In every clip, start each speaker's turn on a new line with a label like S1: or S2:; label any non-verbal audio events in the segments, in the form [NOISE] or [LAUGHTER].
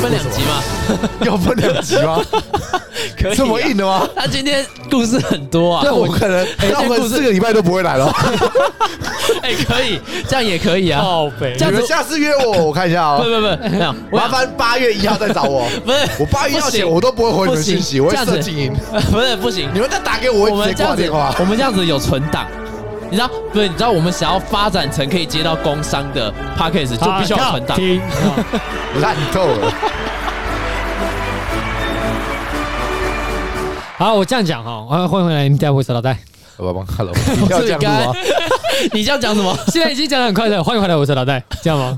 S1: 分两集嘛，
S2: 要分两集吗？
S1: 可以、啊。
S2: 这么硬的吗？
S1: 他今天故事很多啊，
S2: 那我可能，
S1: 哎
S2: 那我
S1: 这
S2: 可
S1: 故
S2: 能
S1: 事
S2: 四个礼拜都不会来了。
S1: 哎、可以，这样也可以啊。
S3: 靠北
S1: 这，样
S2: 你
S1: 子
S2: 们下次约我，我看一下
S1: 不
S2: 哦。
S1: 不不，没有，我
S2: 麻烦八月一号再找我。
S1: 不是
S2: 我八月一号前
S1: 不行
S2: 我都不会回你
S1: 不
S2: 们
S1: 行
S2: 信息，我会
S1: 这样
S2: 设
S1: 子
S2: 静音。
S1: 不是不行
S2: 你，们再打给我，
S1: 我
S2: 我会
S1: 们
S2: 直
S1: 这
S2: 接
S1: 样
S2: 挂
S1: 子
S2: 电话，。
S1: 我们这样子有存档。你知道不是？你知道我们想要发展成可以接到工商的 p a c k a g e 就必须要有存档。
S3: 听，
S2: 烂透了。
S3: 好，我这样讲哈，欢迎回来，你们家我是老戴。
S2: 老板，Hello，你要这样录吗？
S1: 你这样讲什么？
S3: 现在已经讲的很快乐，欢迎回来，我是老戴，这样吗？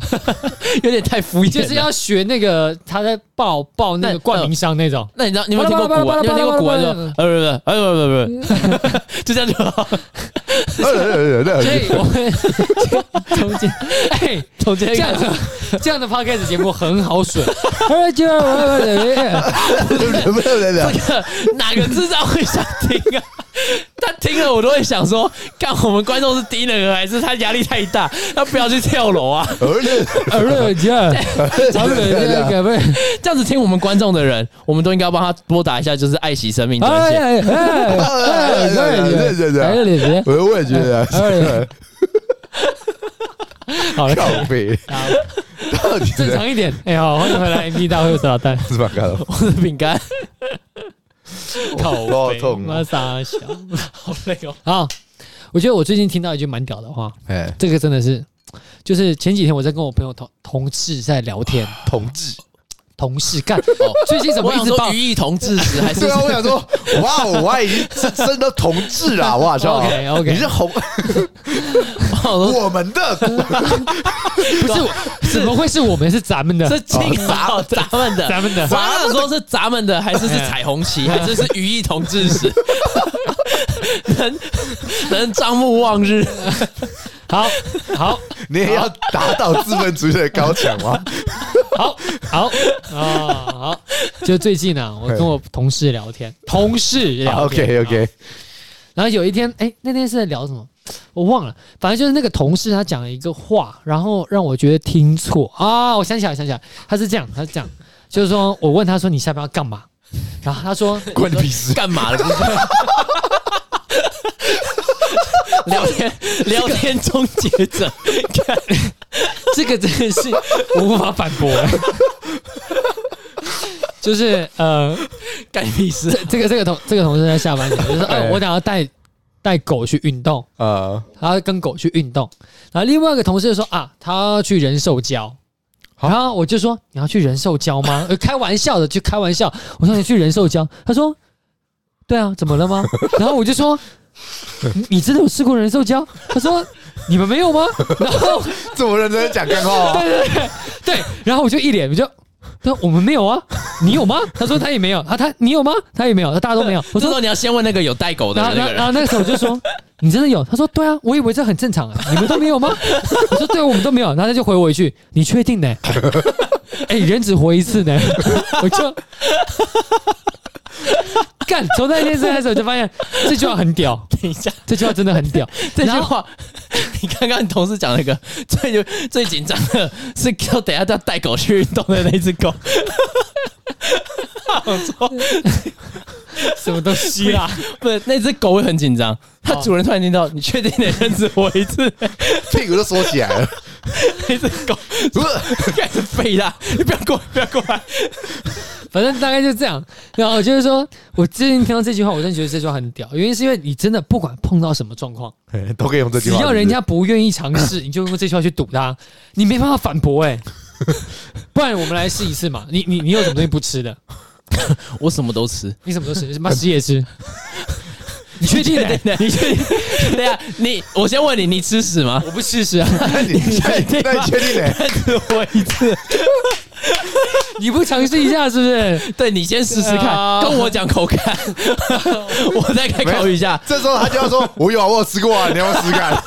S1: 有点太敷衍了。
S3: 就是要学那个他在报报那个冠名商那种，
S1: 那你知道你有没有听过古文？你有没有听过古文说？呃不不不不不不，就这样就好。
S3: 所以我们中间哎。
S1: 从今
S3: 这
S1: 天
S3: 样
S1: 开始，
S3: 的这样的 podcast 节目很好水，而且我
S1: 哪个智障会想听啊？ [LAUGHS] 他听了我都会想说，看我们观众是低能儿还是他压力太大？他不要去跳楼啊！
S3: 而且咱们这个不是
S1: 这样子听我们观众的人，我们都应该要帮他拨打一下，就是爱惜生命专线。
S3: 哎哎哎哎，哎脸
S2: 我我也觉得
S3: 哎好了，
S2: 靠背，
S3: 好
S2: 到底
S3: 正
S2: 在
S3: 常一点。 [LAUGHS] 哎好，欢迎回来，MD 大会有老蛋，
S2: 是吧？看到
S1: 我是饼干，
S2: 头好
S1: 啊
S2: 痛
S3: 妈
S2: 哦，
S3: 傻小。
S1: 好累哦。
S3: [LAUGHS] 好，我觉得我最近听到一句蛮屌的话，
S2: 哎，
S3: 这个真的是，就是前几天我在跟我朋友同同事在聊
S1: [LAUGHS]
S3: 天，
S2: 同志。
S3: 同事干，最近怎么
S1: 我
S3: 一
S1: 想
S3: 直
S1: 说
S3: 报
S1: 语义同志时
S3: [LAUGHS]
S1: 还是
S2: 对啊，我想说，哇，我已经升到同志了，我操
S3: OK，OK
S2: 你是红我们的
S3: 不是我，怎么会是我们是咱们的？
S1: 是进咱咱们的
S3: 咱们的
S1: 我还想说是咱们的，还是是彩虹旗，还是是羽翼同志时？ [LAUGHS] 能能张目望日，
S3: 好好
S2: 你也要打倒资本主义的高墙吗？
S3: 好好啊好，就最近啊，我跟我同事聊天，同事聊天
S2: OK
S3: 啊
S2: OK，
S3: 然后有一天，哎、那天是在聊什么？我忘了，反正就是那个同事他讲了一个话，然后让我觉得听错啊！我想起来，我想起来，他是这样，他是这样，就是说我问他说你下班要干嘛，然后他说
S2: 关你屁事！
S1: 干嘛了？聊天聊天终结者，看
S3: 这个真的是我无法反驳，就是呃，
S1: 干你屁事！
S3: 这这个这个同这个同事在下班前就说，哎、
S2: 哎
S3: 我等下要带带狗去运动，
S2: 啊，
S3: 他要跟狗去运动。然后另外一个同事就说啊，他要去人寿交。然后我就说你要去人寿交吗？ [LAUGHS] 呃开玩笑的，就开玩笑。我说你去人寿交，他说对啊，怎么了吗？ [LAUGHS] 然后我就说你你真的有吃过人寿交？他说你们没有吗？然后 [LAUGHS]
S2: 这么认真地讲干话哦，
S3: 对，然后我就一脸我就。他说我们没有啊，你有吗？他说他也没有，啊他你有吗？他也没有，他大家都没有。我
S1: 我
S3: 说
S1: 说你要先问那个有带狗的
S3: 然后，
S1: 那
S3: 然
S1: 个
S3: 后，然
S1: 人，
S3: 后那个时候我就
S1: [LAUGHS]
S3: 说：“你真的有？”他说：“对啊，我以为这很正常啊，你们都没有
S1: [LAUGHS]
S3: 吗？”我说：“对，我们都没有。”然后他就回我一句：“你确定呢？”
S1: [LAUGHS]
S3: 哎、人只活一次呢， [LAUGHS]
S1: [LAUGHS]
S3: 我就干。从那件事开始，我就发现这句话很屌，
S1: 等一下，
S3: 这句话真的很屌。
S1: 这句
S3: 然后
S1: 话，你刚刚你同事讲那个最有最紧张的是要等一下要带狗去运动的那只狗，我说
S3: 什么东
S1: 啊
S3: 西啦？
S1: 不是那只狗会很紧张，它主人突然听到，你确定得认识我一次？
S2: 屁股都缩起来了。
S1: 那只狗
S2: 不是，
S1: 开始吠它，你不要过来，不要过来，
S3: 反正大概就这样。然后我就是说，我最近听到这句话，我真的觉得这句话很屌，原因是因为你真的不管碰到什么状况。
S2: 都可以用这句
S3: [LAUGHS] 只
S2: 话。
S3: 要人家不愿意尝
S1: [LAUGHS]
S3: 试，你就用这句话去堵他，你没办法反驳哎、 [LAUGHS] 不然我们来试一次嘛。你你你有什么东西不吃的？
S1: 我什么都吃。
S3: 你什么
S1: [LAUGHS]
S3: 都吃，什么屎也吃。你确定、欸？
S1: 你确定？
S3: [LAUGHS]
S1: 对啊，你我先问你，你吃屎吗？
S3: 我不
S1: [LAUGHS]
S3: 吃屎啊！
S2: 是不是，那你
S1: 确定
S2: 那你确定呢？
S1: 我一次，
S3: 你不尝试一下是不
S1: [LAUGHS]
S3: 是？
S1: [LAUGHS] 对你先试试看，
S3: 啊
S1: 跟我讲口
S3: [LAUGHS]
S1: 感，我再开口一下。
S2: 这时候他就要说：“我有啊，我有吃过啊，你要不要试试看。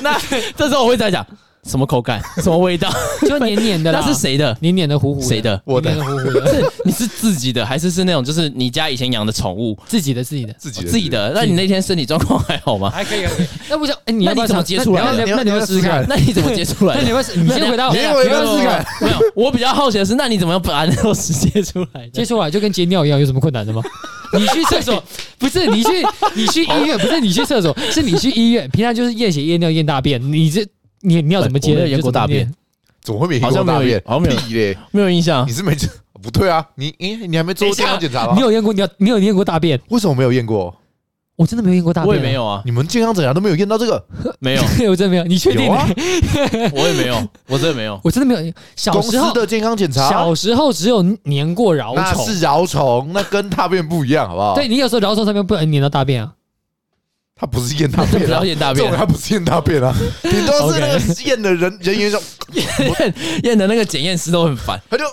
S1: 那这时候我会再讲，什么口感，什么味
S3: [LAUGHS]
S1: 道？
S3: 就黏黏的啦。
S1: 那是？谁的？
S3: 黏黏的糊糊的。
S1: 谁？的？
S2: 我的
S3: 黏黏糊糊
S1: [LAUGHS]
S3: 的，
S1: 是你是自己的，还是是那种就是你家以前养的宠物
S3: 自己的自己的。
S2: 自己
S1: 自己的？那你那天身体状况还好吗？
S2: 还可以，
S3: 那不叫哎，你要不
S1: 那
S3: 要
S1: 你怎么
S3: 尝
S1: 接触来的
S3: 那你要不要那
S2: 你
S3: 你
S2: 要
S3: 要
S2: 不要
S3: 不
S2: 试
S3: 要试
S2: 试
S3: 试
S2: 看
S3: 看？
S1: 那你怎么接出来
S3: 那
S1: 的？
S3: 你要不要试？你先回答我。
S2: 你要不要试试看？
S1: 没有，我比较好奇的是，那你怎么把那东西接出来的？
S3: [LAUGHS] 接出来就跟接尿一样，有什么困难
S1: [LAUGHS]
S3: 的吗？你去厕所不是你去你去医院不是你去
S1: [LAUGHS]
S3: 厕所是你去医院，平常就是验血、验尿、验大便，你这你你要怎么接
S1: 我没有
S3: 的？
S1: 验过大便
S2: 怎么会没
S1: 好
S2: 验过
S1: 像没有
S2: 大便？
S1: 好像没有
S2: 屁嘞！
S1: 没有印象
S2: 你。是没去？不对啊，你诶，你还没做过健康检查
S3: 你就怎么验，你
S2: 吗？
S3: 有验过尿？你有验过大便？
S2: 为什么没有验过？
S3: 我真的没有验过大便，
S1: 我也没，有啊，
S2: 你们健康检查都没有验到这个？
S1: 没有，
S3: [LAUGHS] 我真的没有。你确定
S2: 有啊？
S1: [LAUGHS] 我也没有，我真的没有。
S3: 我真的没有。小
S2: 公
S3: 时
S2: 司
S3: 候
S2: 的健康检查
S3: 小时候只有粘过饶
S2: 那
S3: 虫，
S2: 是饶虫，那跟大便不一样，好
S1: 啊
S2: 不好？
S3: 对，你有时候饶虫上面不能粘到大便啊。
S2: 它不是验大
S1: 这
S2: 便
S1: 不
S2: 啊
S1: 了，
S2: [LAUGHS]
S1: 解大
S2: 这
S1: 便
S2: 种，它不是验大便啊，你都是那个验的人人员上，
S1: 验的那个检验师都很烦。 [LAUGHS]
S2: 他就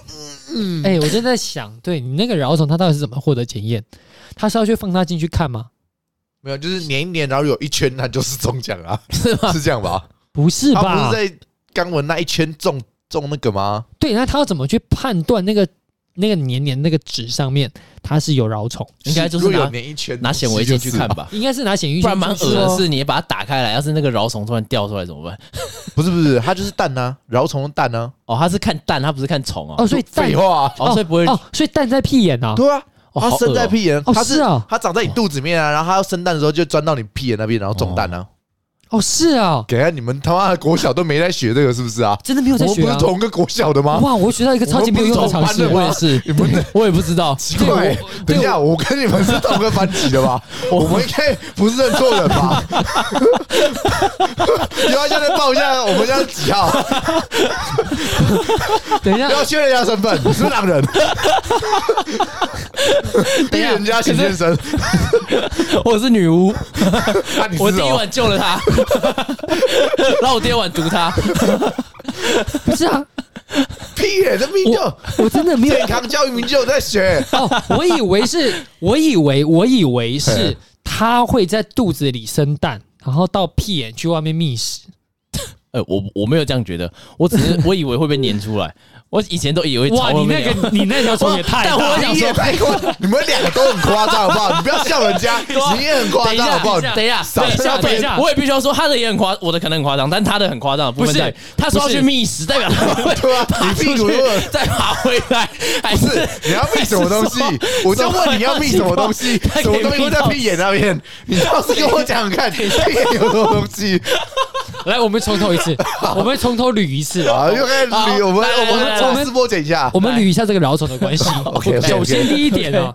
S1: 嗯
S3: 哎、我真的在想，对你那个饶虫，它到底是怎么获得检验？它是要去放它进去看吗？
S2: 没有，就是粘一粘，然后有一圈，那就是中奖
S1: [LAUGHS]
S2: 啊，
S1: 是吗？
S2: 是这样吧？
S3: 不是吧？
S2: 他不是在肛门那一圈中中那个吗？
S3: 对，那他要怎么去判断那个那个黏黏那个纸上面它是有蛲虫？
S1: 应该就
S2: 如
S1: 是
S2: 果有
S1: 拿
S2: 粘一圈，
S1: 拿显微镜去看吧，
S3: 应该是拿显鱼
S1: 不然蛮恶的是，你把它打开来，要是那个蛲虫突然掉出来怎么办？
S2: [LAUGHS] 不是不是，它就是蛋呐，蛲虫的蛋呐。
S1: 哦，它是看蛋，它不是看虫
S3: 哦，
S1: 哦。
S3: 所以蛋
S2: 废话啊，
S1: 哦，所以不会
S3: 哦，所以蛋在屁眼啊，
S2: 对啊，
S1: 哦
S2: 它
S1: 好恶
S2: 生在
S1: 哦
S2: 屁眼，
S3: 哦
S2: 它
S3: 是啊
S2: 它长在你肚子里面啊，然后它要生蛋的时候就钻到你屁眼那边，然后中蛋啊。
S3: 哦是啊，
S2: 给下你们他妈的国小都没在学这个是不是啊？
S3: 真的没有
S2: 我
S3: 在
S2: 们
S3: 学
S2: 不是
S3: 啊！
S2: 同个国小的吗？
S3: 哇，我学到一个超级没有用的常识
S2: 我们不是同班的，吗
S1: 我也是，
S2: 哦你们
S1: [LAUGHS] 我也不知道。
S2: 奇怪，等一下，我跟你们是同个班级的吧？我们应该不是认错人
S1: [LAUGHS]
S2: 吧？你要现在报一下，我们现在几号？
S3: 等一下
S2: 不，要确认一下身份，你是
S1: [LAUGHS]
S2: 狼人。逼人家请先生，
S1: [LAUGHS] 我是女巫，
S2: 那啊你
S1: 我
S2: 是
S1: 第
S2: 什
S1: 一
S2: 么？
S1: 晚救了 [LAUGHS] 她，然后我第二晚毒她。
S3: 不是啊，
S2: 屁耶！这命就
S3: 我我真的没有
S2: 健康教育明就有在学，
S3: 哦，我以为是，我以为我以为是它会在肚子里生蛋，然后到屁眼去外面觅食。
S1: 呃，我我没有这样觉得，我只是我以为会被粘出来，我以前都以为
S3: 哇，
S1: 草
S3: 你
S1: 莓
S3: 那
S1: 有
S3: 个你那条虫也太
S1: 但
S3: 大
S1: 我
S3: 了，
S1: 想
S2: 你也
S1: 说 [LAUGHS]
S2: 太夸，你们两个都很夸张好不好？你不要笑人家，你也很夸
S1: 啊等一
S2: 张
S1: 下
S2: 好不好？
S1: 等一下，等一下，
S2: 少
S1: 等一下，我也必须要说，他的也很夸，我的可能很夸张，但他的很夸张的部分
S3: 不是
S1: 在于，他说要
S3: 不是
S1: 去觅食，代表 [LAUGHS] 他会
S2: 对啊，你
S1: 出
S2: 屁
S1: 去
S2: 股如果
S1: 再爬回来，还
S2: 不是
S1: 是
S2: [LAUGHS] 你要密什么东
S1: [LAUGHS]
S2: 西
S1: 还是？
S2: 我就问你要密什么东西？
S1: 他
S2: 什
S1: 可以
S2: 么东西会在屁眼那边？你倒是跟我讲看，屁眼有什么东西
S3: 来，我们从头
S1: [LAUGHS]
S3: 一次，我们从头捋一
S2: [LAUGHS]
S3: 次，
S2: 啊？又开始捋我们
S1: 来来
S2: 我
S1: 来
S2: 们
S1: 来
S2: 抽丝剥茧一下
S3: 我。们捋一下这个饶虫
S1: [LAUGHS]
S3: 的关系。
S2: OK，OK，OK
S3: [LAUGHS] 首先第一点呢，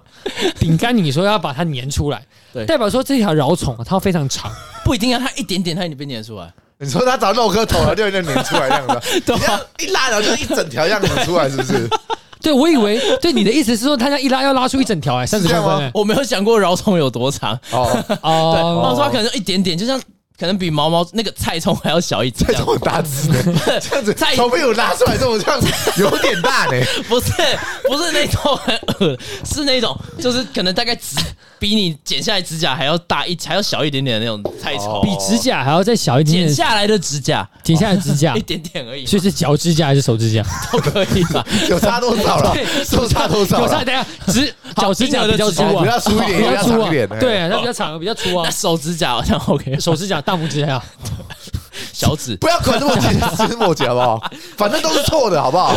S3: 饼干你说要把它粘出来
S1: 对，
S3: 代表说这条饶虫啊它非常长，
S1: 不一定啊，他一点点他已经被粘出来，
S2: 你说他长肉颗头，然后就那粘出来这样子，
S1: 对
S2: 你这样一拉，然后就一整条样子出来，是不是？
S3: 对我以
S1: [LAUGHS]
S3: 为对你的意思是说它要一拉要拉出一整条哎，三十
S2: 是这
S3: 公
S2: 样吗
S3: 分哎，
S1: 我没有想过饶虫有多长，
S2: 哦，
S1: 啊对，
S3: 哦，
S1: 我说他可能就一点点，就像可能比毛毛那个菜葱还要小一只
S2: 哎这
S1: 这样，
S2: 种大只的，
S1: [LAUGHS]
S2: 这样子
S1: 再
S2: 从屁股拉出来之后，这样子有点大呢。
S1: 不是不是那种很恶，是那种就是可能大概指比你剪下来指甲还要大一还要小一点点的那种菜
S2: 哦
S1: 虫，
S3: 比指甲还要再小一点
S1: 剪
S3: 点，
S1: 下来的指甲
S3: 剪下来指
S1: [LAUGHS]
S3: 甲
S1: 一。点点而已
S3: 所以是脚指甲还是手
S1: [LAUGHS]
S3: 指甲？
S1: 都可以
S3: 啊
S1: 吧？
S2: 有差多少了？有差多少
S3: 有差，
S2: 了？
S3: 等一下指脚指甲
S1: 婴儿的
S3: 比较
S1: 指甲
S3: 粗啊，
S2: 比较粗一点
S3: 比
S2: 比
S3: 较粗
S2: 较长一点
S3: 啊，
S2: 哎
S3: 对，它比较长，比较粗啊
S1: 那，手指甲 [LAUGHS] 好像 OK，
S3: [LAUGHS] 手指甲、大拇指啊，
S1: 小指
S2: 不要管这么紧，枝末节好不好？反正都是错的，好不好？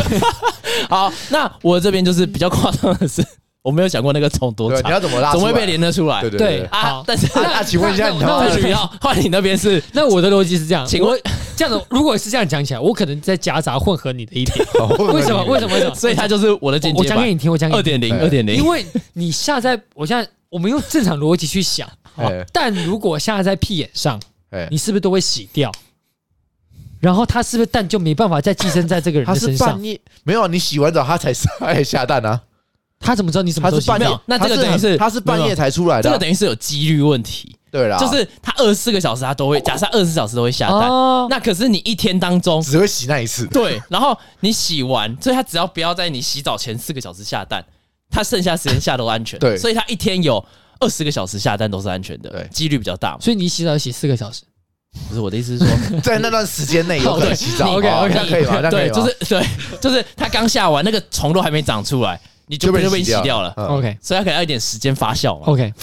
S1: 好。那我这边就是比较夸张的是， [LAUGHS] 我没有想过那个虫多
S2: 对，你要
S1: 长，
S2: 怎么拉出
S1: 总
S2: 来？
S1: 会被连得出来。
S2: 对对
S3: 对
S2: 对。
S1: 啊
S3: 好，
S1: 但是
S2: 啊那请问一下，你他
S3: 那
S2: 妈
S1: 换
S3: 我
S1: 你要换你那边是
S3: 那我的逻辑是这样，
S1: 请
S3: 我
S1: 问
S3: 这样的，如果是这样讲起来，我可能在夹杂混合你的一点。
S2: [LAUGHS]
S3: 为什么？ [LAUGHS] 为什么？为什
S1: [LAUGHS]
S3: 么？
S1: 所以它就是我的间
S3: [LAUGHS] 我
S1: 接
S3: 讲给
S1: 版
S3: 你听，我讲给
S1: 二
S3: 你听。
S1: 点零，二
S2: 对
S1: 点零，
S3: 因为你下在，我现在我们用正常逻辑去想，好
S2: 哎
S3: 但如果下在屁眼上，
S2: 哎，
S3: 你是不是都会洗掉？然后它是不是蛋就没办法再寄生在这个人
S2: 他
S3: 的
S2: 是
S3: 身上
S2: 半？夜没有啊，你洗完澡他才下下蛋啊，
S3: 它怎么知道你什么
S2: 他
S3: 时候
S2: 是
S3: 洗
S2: 半
S1: 没
S2: 夜
S1: 有，那这个
S2: 他
S1: 等于是
S2: 他是半夜才出来的
S1: 这
S2: 啊
S1: 个，等于是有几率问题，
S2: 对啦，
S1: 就是它二十四个小时它都会，假设二十四小时都会下蛋，
S3: 哦，
S1: 那可是你一天当中。
S2: 只会洗那
S1: [LAUGHS]
S2: 一次，
S1: 对，然后你洗完，所以它只要不要在你洗澡前四个小时下蛋，它剩下时间下都安全。
S2: 对
S1: 所以它一天有二十个小时下蛋都是安全的，
S2: 对
S1: 几率比较大嘛。
S3: 所以你洗澡洗四个小时，
S1: 不 [LAUGHS] 是我的意思是 [LAUGHS] 说，
S2: 在那段时间内有可能洗澡
S3: 好对
S2: 哦
S3: OK，OK
S2: 这样可以吧？这样可以
S1: 对，
S2: 吧
S1: 就是对， [LAUGHS] 就是它刚下完，那个虫都还没长出来，你就被就被洗掉了，哦
S2: 嗯
S1: [LAUGHS]
S3: OK
S1: 所以它可能要一点时间发酵嘛。
S3: OK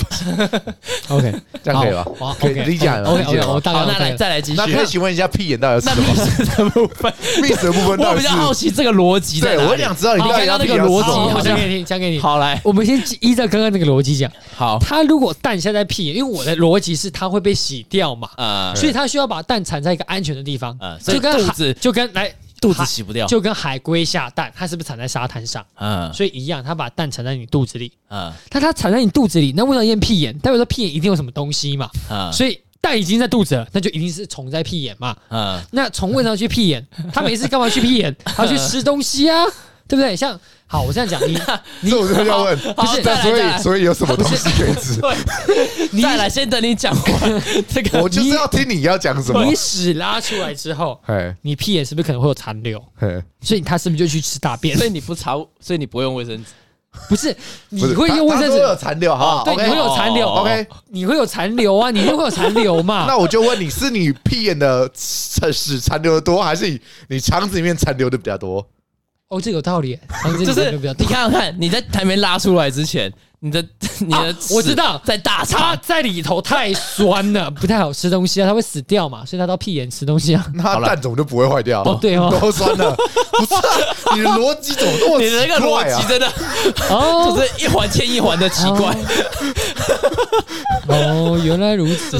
S3: OK，
S2: 这样可以吧？
S3: 好
S2: 可以理解了
S3: OK
S2: 理解
S3: OK，
S2: 了
S3: 我大概
S1: 好，那
S3: 我大概
S1: 来再来继续
S2: 那。可以请问一下，屁眼到底
S1: [LAUGHS]
S2: 是
S1: 那
S2: 什
S1: 密
S2: 么？
S1: 室的部分，
S2: 密室的部分到
S1: 我
S2: 底
S1: 比
S2: 是
S1: 较？好奇这个逻辑在
S2: 对，
S1: 哪
S2: 我
S1: 里。
S2: 想知道你
S1: 好
S2: 到底要
S1: 刚刚那
S2: 屁
S1: 个
S2: 眼到底
S1: 逻
S2: 是
S1: 辑
S2: 什么
S3: 好，
S1: 好
S3: 我
S1: 像
S3: 讲给你，讲给你。
S1: 好来，
S3: 我们先依照刚刚那个逻辑讲，
S1: 好，
S3: 它如果蛋下在屁眼，因为我的逻辑是它会被洗掉嘛，
S1: 呃
S3: 所以它需要把蛋产在一个安全的地方
S1: 呃，，所以
S3: 就跟
S1: 肚
S3: 海
S1: 子
S3: 就跟来
S1: 肚子洗不掉，
S3: 就跟海龟下蛋，它是不是产在沙滩上？
S1: 嗯
S3: 所以一样，它把蛋产在你肚子里，
S1: 嗯
S3: 但它产在你肚子里，那为什么验屁眼？代表说屁眼一定有什么东西嘛，
S1: 嗯
S3: 所以蛋已经在肚子了，那就一定是虫在屁眼嘛。
S1: 嗯，
S3: 那虫为什么要去屁眼？它每次干嘛去
S1: [LAUGHS]
S3: 屁眼？它去吃东西啊，对不对？像好，我这样讲，你
S2: 这我就要问，
S1: 好好再
S2: 但
S1: 来
S2: 所
S1: 再来
S2: 以所以有什么东西可以吃？
S3: 你
S1: 再来，先等你讲完 [LAUGHS] 这个。
S2: 我就是要听你要讲什么
S3: 你。屎拉出来之后，
S2: 嘿，
S3: 你屁眼是不是可能会有残留？
S2: 嘿，
S3: 所以它是不是就去吃大便
S1: 所？以你不查，所以你不会用卫生纸。
S3: 不是，你
S2: 不是
S3: 会用卫
S2: 他
S3: 生
S2: 他说有
S3: 纸，
S2: 残留，好不好
S3: 对，你
S2: ？OK，
S3: 会有残留
S1: 哦
S2: OK
S3: 你会有残留啊，你一定会有残留嘛。
S2: [LAUGHS] 那我就问你，是你屁眼的屎残留的多，还是你你肠子里面残留的比较多？
S3: 哦，这个有道理，肠子
S1: 就
S3: 里
S1: 是
S3: 面就比较
S1: 你
S3: 多。
S1: 看看，你在还没拉出来之前，你的 [LAUGHS] 你的
S3: 啊
S1: 屎
S3: 我知道啊
S1: 在大
S3: 它
S1: 肠。
S3: 在里头太酸了，不太好吃东西啊，它会死掉嘛，所以它到屁眼吃东西啊。
S2: 那蛋怎么就不会坏掉？
S3: 哦对哦
S2: 都酸
S3: [LAUGHS]
S2: 了。不是啊，你的逻辑怎么那么
S1: 你的那个
S2: 奇怪
S1: 逻辑
S2: 啊？
S1: 真的 [LAUGHS]
S3: 哦，
S1: 就是一环牵一环的奇怪，
S3: 哦，原来如此。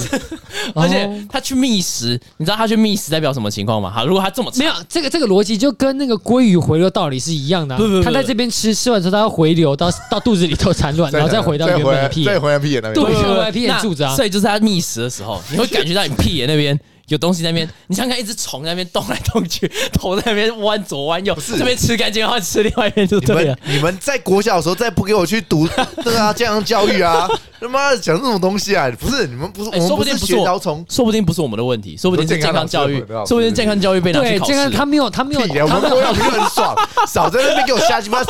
S1: 而且
S3: 哦
S1: 他去觅食，你知道他去觅食代表什么情况吗？好，如果他这么
S3: 没有这个这个逻辑就跟那个鲑鱼回流道理是一样的啊、
S1: 不不不
S3: 它在这边吃吃完之后，它要回流到到肚子里头产
S2: [LAUGHS]
S3: 卵，然后再回到
S2: 再
S3: 原
S2: 回
S3: 本的
S2: 来
S3: 屁
S2: 再
S3: 眼。
S2: 回来屁眼那
S3: 对
S2: 边。
S3: 就是外屁眼柱子啊
S1: 那所以就是他觅食的时候，你会感觉到你屁眼那边有东西在那边，你想想看一只虫在那边动来动去，头在那边弯左弯右，
S2: 是
S1: 这边吃干净，然后吃另外一边就
S2: 你
S1: 对
S3: 啊
S1: 了
S2: 们。你们在国小的时候再不给我去读 [LAUGHS] 对啊这样教育啊， [LAUGHS] 他妈的讲这种东西啊！不是你们不是
S1: 哎
S2: 我
S1: 说
S2: 们
S1: 不定
S2: 是
S1: 不是
S2: 学
S1: 我
S2: 刀虫，
S1: 说不定不是我们的问题，说不定是健康教育
S2: 说健康老师的问，题啊
S1: 说不定健康教育被拿去
S3: 对，
S1: 考
S3: 这
S1: 试了
S3: 个他。没有，他没有，
S2: 屁啊！我
S3: 他
S2: 们
S3: 没
S2: 国
S3: 有，
S2: 小不是很
S3: [LAUGHS]
S2: 爽，少在那边给我瞎鸡巴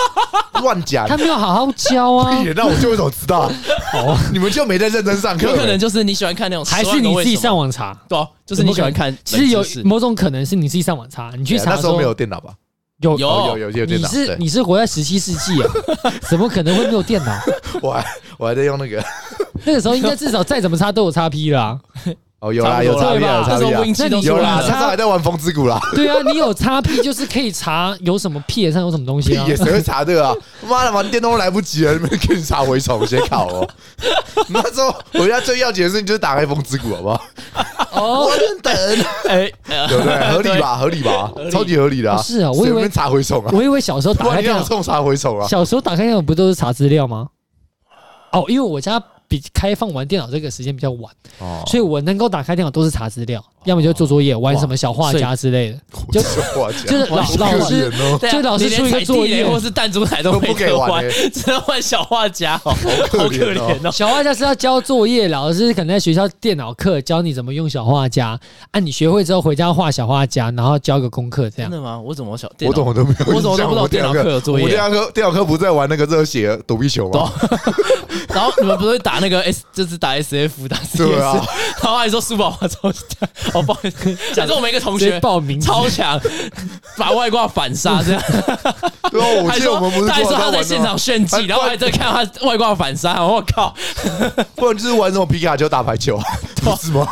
S2: 乱讲。
S3: 他没有好好教
S2: [LAUGHS]
S3: 啊。
S2: 屁眼，哎那我就会怎么知道？
S3: 哦，
S2: 你们就没在认真上课。
S1: 有可能就是你喜欢看那种，
S3: 还是你自己上，网查。
S1: 对啊、就是你喜欢看。
S3: 其实有某种可能是你自己上网查，你去
S2: 对啊
S3: 查
S2: 那时
S3: 的时
S2: 候
S3: 候
S2: 没有电脑吧？
S3: 有
S1: 有
S2: 哦，有有有电
S3: 你
S2: 脑。
S3: 是
S2: 对
S3: 你是活在十七世纪啊？
S2: [LAUGHS]
S3: 怎么可能会没有电脑？
S2: 我还我还在用那个
S3: 那个时候应该至少再怎么插都有叉 P 啦。
S2: 哦，有
S1: 差
S2: 啦
S1: 不多
S2: 有差
S1: 了
S2: 别啊有
S1: 那
S2: 差
S1: 时候
S2: 别啊
S1: Win 七
S3: 那
S1: 都
S3: 你
S1: 出
S2: 有
S1: 来
S2: 啦，
S1: 了
S2: 那时候还在玩风之谷啦。
S3: 对啊，你有叉 P 就是可以查有什么屁眼上有什么东西
S2: 屁
S3: 啊
S2: 眼。谁会查这个啊？妈的，玩电动都来不及了，你们给你查蛔虫先考
S3: [LAUGHS]
S2: 哦。那时候我家最要紧的事情就是打开风之谷，好不好？
S3: 哦，
S2: 等，
S1: 哎、呃
S2: 对不对？合理吧？合理吧？超级合理的啊。
S3: 哦是啊我以为
S2: 谁会查蛔虫啊，
S3: 我以为小时候打
S2: 不然
S3: 开
S2: 你
S3: 电
S2: 让
S3: 脑
S2: 我，冲查蛔虫啊？
S3: 小时候打开电脑不都是查资料吗？哦，因为我家比开放玩电脑这个时间比较晚，
S2: 哦，
S3: 所以我能够打开电脑都是查资料，要么就做作业、玩什么小画家之类的。
S2: [LAUGHS] 我就是画家，
S3: 就是老
S2: 好
S3: 老
S2: 可
S3: 师
S2: 怜哦，
S1: 对啊
S3: 就老师
S1: 你连
S3: 出一个
S1: 踩地
S3: 作业
S1: 雷或是弹珠台都
S2: 都
S1: 没
S2: 不给
S1: 得
S2: 玩
S1: 玩，
S2: 欸
S1: [LAUGHS] 只能换小画家
S2: [LAUGHS]
S1: 哦，好
S2: 可
S1: 可
S2: 怜哦
S1: 怜哦。
S3: [LAUGHS] 小画家是要教作业，老师可能在学校电脑课教你怎么用小画家，啊，你学会之后回家画小画家，然后交个功课这
S1: 真
S3: 样。
S1: 的吗？我怎么小电
S2: 我
S1: 脑
S2: 怎么都没有印象，
S1: 我怎么都不知道电脑课有作业啊
S2: 我电脑课电脑课不是在玩那个热血躲避球吗？
S1: 然后你们不是会打那个 S，就是打 SF 打 CS，、
S2: 对啊
S1: 然后还说苏宝华超强，哦不好意思，假设我们一个同
S3: 直接
S1: 学
S3: 报名字
S1: 超强，把外挂反杀这样，
S2: 对啊，我
S1: 还
S2: 记得
S1: 说
S2: 我们不
S1: [LAUGHS]
S2: 是
S1: 他还说
S2: 做
S1: 他在
S2: 玩哎
S1: 现场炫技，
S2: 还
S1: 然后还在看他外挂反杀，我靠，
S2: 不然就是玩什么皮卡丘打
S1: [LAUGHS]
S2: 排球，不是吗？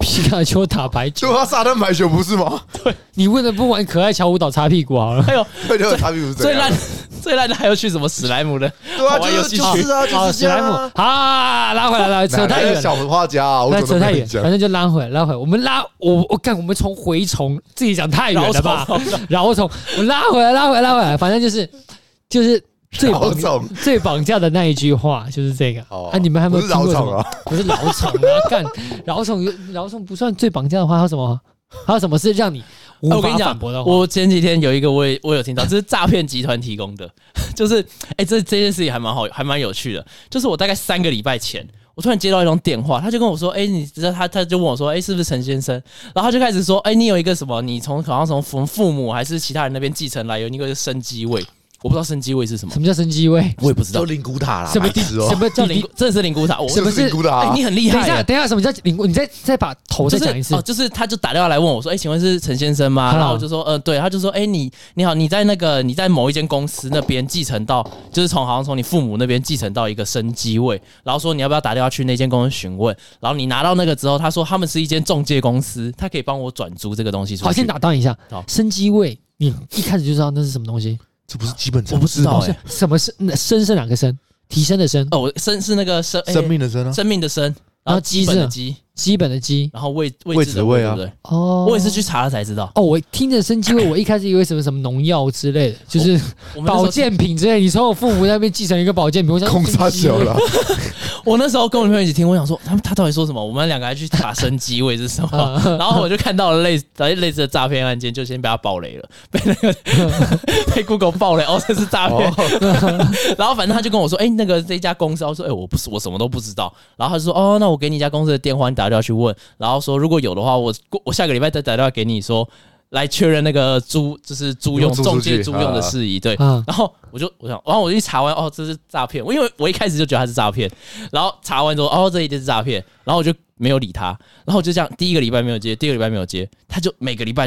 S3: 皮卡丘打排球，
S2: 就他沙滩排球不是吗？
S3: [LAUGHS] 你为什么不玩可爱乔舞蹈擦屁股好
S2: [LAUGHS]
S3: 了？
S1: 还有
S2: 对啊对，差别不是这
S1: 最
S2: 样
S1: 烂 [LAUGHS] 最烂的还要去什么史莱姆的，
S2: 对啊，
S1: 好玩游
S2: 就
S1: 戏
S2: 是
S1: 区
S2: 就是啊，
S3: 好，
S2: 就是
S3: 史
S2: 这
S3: 莱
S2: 样
S3: 姆
S2: 啊。，
S3: 好，拉回来，拉回来扯太
S2: 哪来
S3: 远
S2: 的
S3: 了。
S2: 小画家啊，我
S3: 那
S2: 怎么
S3: 扯
S2: 都
S3: 太
S2: 没
S3: 远，
S2: 讲
S3: 反？正就拉回来，拉回来。我们拉我我干，我们从蛔虫自己讲太远了吧
S1: 饶？
S3: 然后从我拉回来，拉回来，拉回来，反正就是就是最
S2: 老
S3: 绑
S2: 总，
S3: 最绑架的那一句话就是这个。
S2: 哦
S3: 啊，你们还有没有
S2: 不是饶
S3: 听过什
S2: 虫
S3: 么？
S2: 啊？
S3: 不是老虫啊，干老虫有老虫不算最绑架的话，还有什么？还有什么是让你无
S1: 哎我跟
S3: 法
S1: 你讲
S3: 反驳的，话？
S1: 我前几天有一个我也我有听到，这是诈骗集团提供的，就是哎、这这件事情还蛮好，还蛮有趣的。就是我大概三个礼拜前，我突然接到一通电话，他就跟我说，哎、你知道他他就问我说，哎、是不是陈先生？然后他就开始说，哎、你有一个什么，你从好像从父父母还是其他人那边继承来有一个生机位。我不知道生机位是什么
S3: 什，么叫生机位？
S1: 我也不知
S2: 叫
S1: 道。
S2: 灵骨塔啦，
S3: 什么
S2: 白
S3: 地？
S2: 痴哦
S3: 什，么叫
S1: 叫
S3: 灵
S1: 灵？，真的是灵骨塔。我
S2: 是不是
S3: 什
S2: 灵
S3: 么是
S2: 骨塔
S1: 哎
S2: 啊？
S1: 你很厉
S3: 等
S1: 害
S3: 一
S1: 耶
S3: 下，，等一下，什么叫灵骨？你再再把头
S1: 就
S3: 再
S1: 是
S3: 讲一次
S1: 哦，。就是他就打电话来问我说：“哎、请问是陈先生吗？”
S3: 啊
S1: 然后我就说：“嗯、对。”他就说：“哎、你你好，你在那个你在某一间公司那边继承到，就是从好像从你父母那边继承到一个生机位，然后说你要不要打电话去那间公司询问？然后你拿到那个之后，他说他们是一间中介公司，他可以帮我转租这个东西出去。
S3: 好，先打断一下
S1: 好，
S3: 生机位，你一开始就知道那是什么东西？
S2: 这不是基本常识
S1: 我不知道
S2: 吗
S1: 哎、
S3: 什么是那生是哪个生？提升的升，
S1: 哦，我生是那个生、哎
S2: 生命的生啊，
S1: 生命的生，
S3: 然
S1: 然
S3: 后
S1: 后
S3: 鸡
S1: 基
S3: 是
S1: 本的
S3: 哪
S1: 鸡，
S3: 基本的基。
S1: 然后位
S2: 位
S1: 位
S2: 置
S1: 置
S2: 的
S1: 的
S2: 位
S1: 位
S2: 啊
S1: 对不对
S3: 哦，
S1: 我也是去查了才知道，
S3: 哦，我听着生机位，我一开始以为什么什么农药之类的，就是
S1: 我们那时候
S3: 保健品之类的。你从我父母那边继承一个保健品，我
S1: 哎
S3: 想
S2: [LAUGHS] 空差小了。
S1: 我那时候跟我女朋友一起听，我想说他们他到底说什么？我们两个还去查生机位是什
S2: [LAUGHS]
S1: 么，
S2: 嗯
S1: 然后我就看到了类类类似的诈骗案件，就先被他爆雷了， [LAUGHS] 被那个被 Google 爆雷，
S2: [LAUGHS]
S1: 哦，这是诈骗。
S2: 哦
S1: [LAUGHS] 然后反正他就跟我说，哎、那个这家公司，我说，哎、我不是我什么都不知道。然后他就说，哦，那我给你一家公司的电话，你打电话去问。然后说如果有的话，我我下个礼拜再打电话给你说。来确认那个租就是租用
S2: 有没有租
S1: 中
S2: 出去
S1: 介租用的事宜，对，
S2: 嗯
S3: 啊
S1: 然后我就我想，然后我一查完，哦，这是诈骗。我因为我一开始就觉得他是诈骗，然后查完之后，哦，这一定是诈骗，然后我就没有理他，然后我就这样，第一个礼拜没有接，第二个礼拜没有接，他就每个礼拜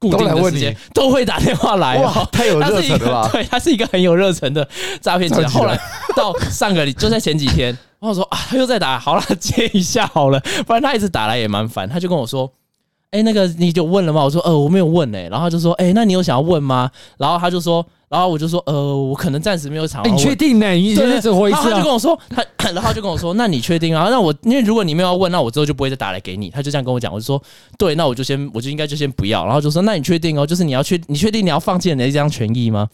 S1: 固定
S2: 都来
S1: 的
S2: 问
S1: 时
S2: 你
S1: 间都会打电话来，哦
S2: 哇，太有
S1: 他
S2: 热
S1: 是一
S2: 忱了
S1: 个
S2: 吧？
S1: [LAUGHS] 对，他是一个很有热忱的诈骗集团。
S2: 诈骗集团
S1: 后来 [LAUGHS] 到上个礼，就在前几天，然后我说啊，他又在打，好啦， [LAUGHS] 接一下好了，不然他一直打来也蛮烦。他就跟我说。哎、那个你就问了吗？我说呃我没有问哎、然后他就说哎、那你有想要问吗？然后他就说，然后我就说呃我可能暂时没有想
S3: [LAUGHS] 哎，
S1: 要
S3: 你
S1: 问。
S3: 确定呢？你一
S1: 对
S3: 天只活一
S1: 然后
S3: 次
S1: 他就
S3: 啊？
S1: 跟我说，他然后他就跟我说，那你确定啊？那我因为如果你没有要问，那我之后就不会再打来给你。他就这样跟我讲，我就说对，那我就先我就应该就先不要。然后就说那你确定哦，就是你要 [LAUGHS] 确你确定你要放弃你的这项权益吗？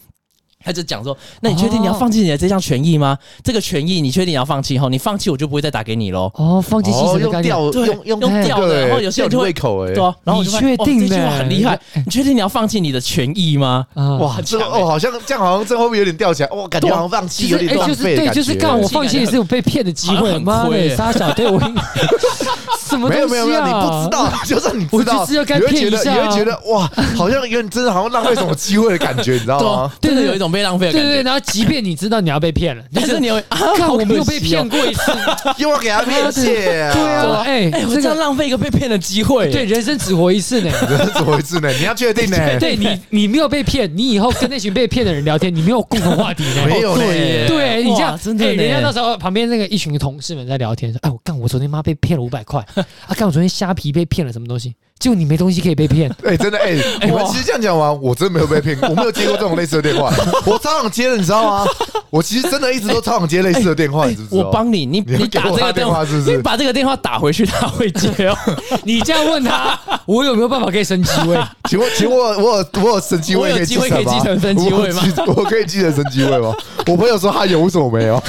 S1: 他就讲说，那你确定你要放弃你的这项权益吗？这个权益你确定你要放弃后，你放弃我就不会再打给你喽。
S3: 哦，放弃牺
S2: 哦，
S3: 牲的
S2: 用
S3: 概念。
S2: 掉
S1: 对
S2: 用用
S1: 用掉的
S2: 对
S1: 然后有些人就
S2: 吊你
S1: 会
S2: 胃口哎
S1: 对，啊，然后我
S3: 你
S1: 就发现
S3: 确定
S1: 哇这句话
S3: 呢
S1: 很厉 [LAUGHS] 害。你确定你要放弃你的权益吗？
S3: 啊
S2: 哇，
S1: 很
S2: 这
S1: 强
S2: 个
S1: 欸
S2: 哦，好像这样，好像这后面有点吊起来，哦，感觉
S1: 对啊
S2: 好像放
S3: 其
S2: 弃
S3: 实
S2: 有点
S3: 哎
S2: 浪
S3: 就是
S2: 费的
S3: 对，
S2: 感觉。
S3: 就是干我放弃也是有被骗的机
S1: 好像
S3: 会，
S1: 很
S3: 妈
S1: 亏
S3: 的，
S1: 耶
S3: 傻小，对我 [LAUGHS] 什么
S2: 没有
S3: 东
S2: 没
S3: 西
S2: 有没有，你不
S3: 啊
S2: 知？
S3: [LAUGHS]
S2: 道，就算你
S3: 我
S2: 知道，
S3: 就是要
S2: 你
S3: 该
S2: 会
S3: 骗
S2: 觉
S3: 一
S2: 得你
S3: 下啊
S2: 会觉
S3: [LAUGHS]
S2: 得哇，好像有点真的好像浪费什么机会的感觉，你知道
S1: 对
S2: 吗
S1: 啊？，真的
S3: 对
S1: 有一种被浪费的
S3: 对
S1: 感觉。
S3: 对，然后即便你知道你要被骗了，
S1: 但是你有啊，
S3: 看
S1: 好
S3: 我没有
S1: 可
S3: 被
S1: 惜
S3: 骗
S1: 哦
S3: 过一次，
S2: 又要给他面子， [LAUGHS] 对
S3: 对啊，，哎，
S1: 哎，我
S3: 这
S1: 这
S3: 个
S1: 样浪费一个被骗的机会。
S3: [LAUGHS] 对，人生只活一次呢。
S2: [LAUGHS] 这是怎么回事呢？你要确定呢？
S3: 对你，你没有被骗，你以后跟那群被骗的人聊天，你没有共同话题呢。
S2: 没有呢
S1: 哦对耶
S3: 对你这样
S1: 哇，真的
S3: 哎
S1: 呢
S3: 人家到时候旁边那个一群同事们在聊天说：“哎，我干，我昨天妈被骗了五百块，啊，干，我昨天虾皮被骗了什么东西？就你没东西可以被骗，
S2: 哎、真
S3: [LAUGHS]
S2: 的哎、我们其实这样讲完，我真的没有被骗，我没有接过这种类似的电话，我超想接的，你知道吗？我其实真的一直都超想接类似
S3: 哎
S2: 的电话，你知不知道？
S1: 我帮你，哦你
S2: 你要
S1: 你打
S2: 给我
S1: 这
S2: 他
S1: 个
S2: 电话是不是
S1: 你把这个电话打回去，他会接哦。 [LAUGHS]
S3: 你这样问他，我有没有办法可以升级位？
S2: 请问，请问我我有我有神机位
S1: 我有
S2: 可以
S1: 机会
S2: 吗？
S1: 可以继承神机位吗
S2: 我 [LAUGHS] 有继我可以继承神机位吗？我朋友说他有，为什么没有？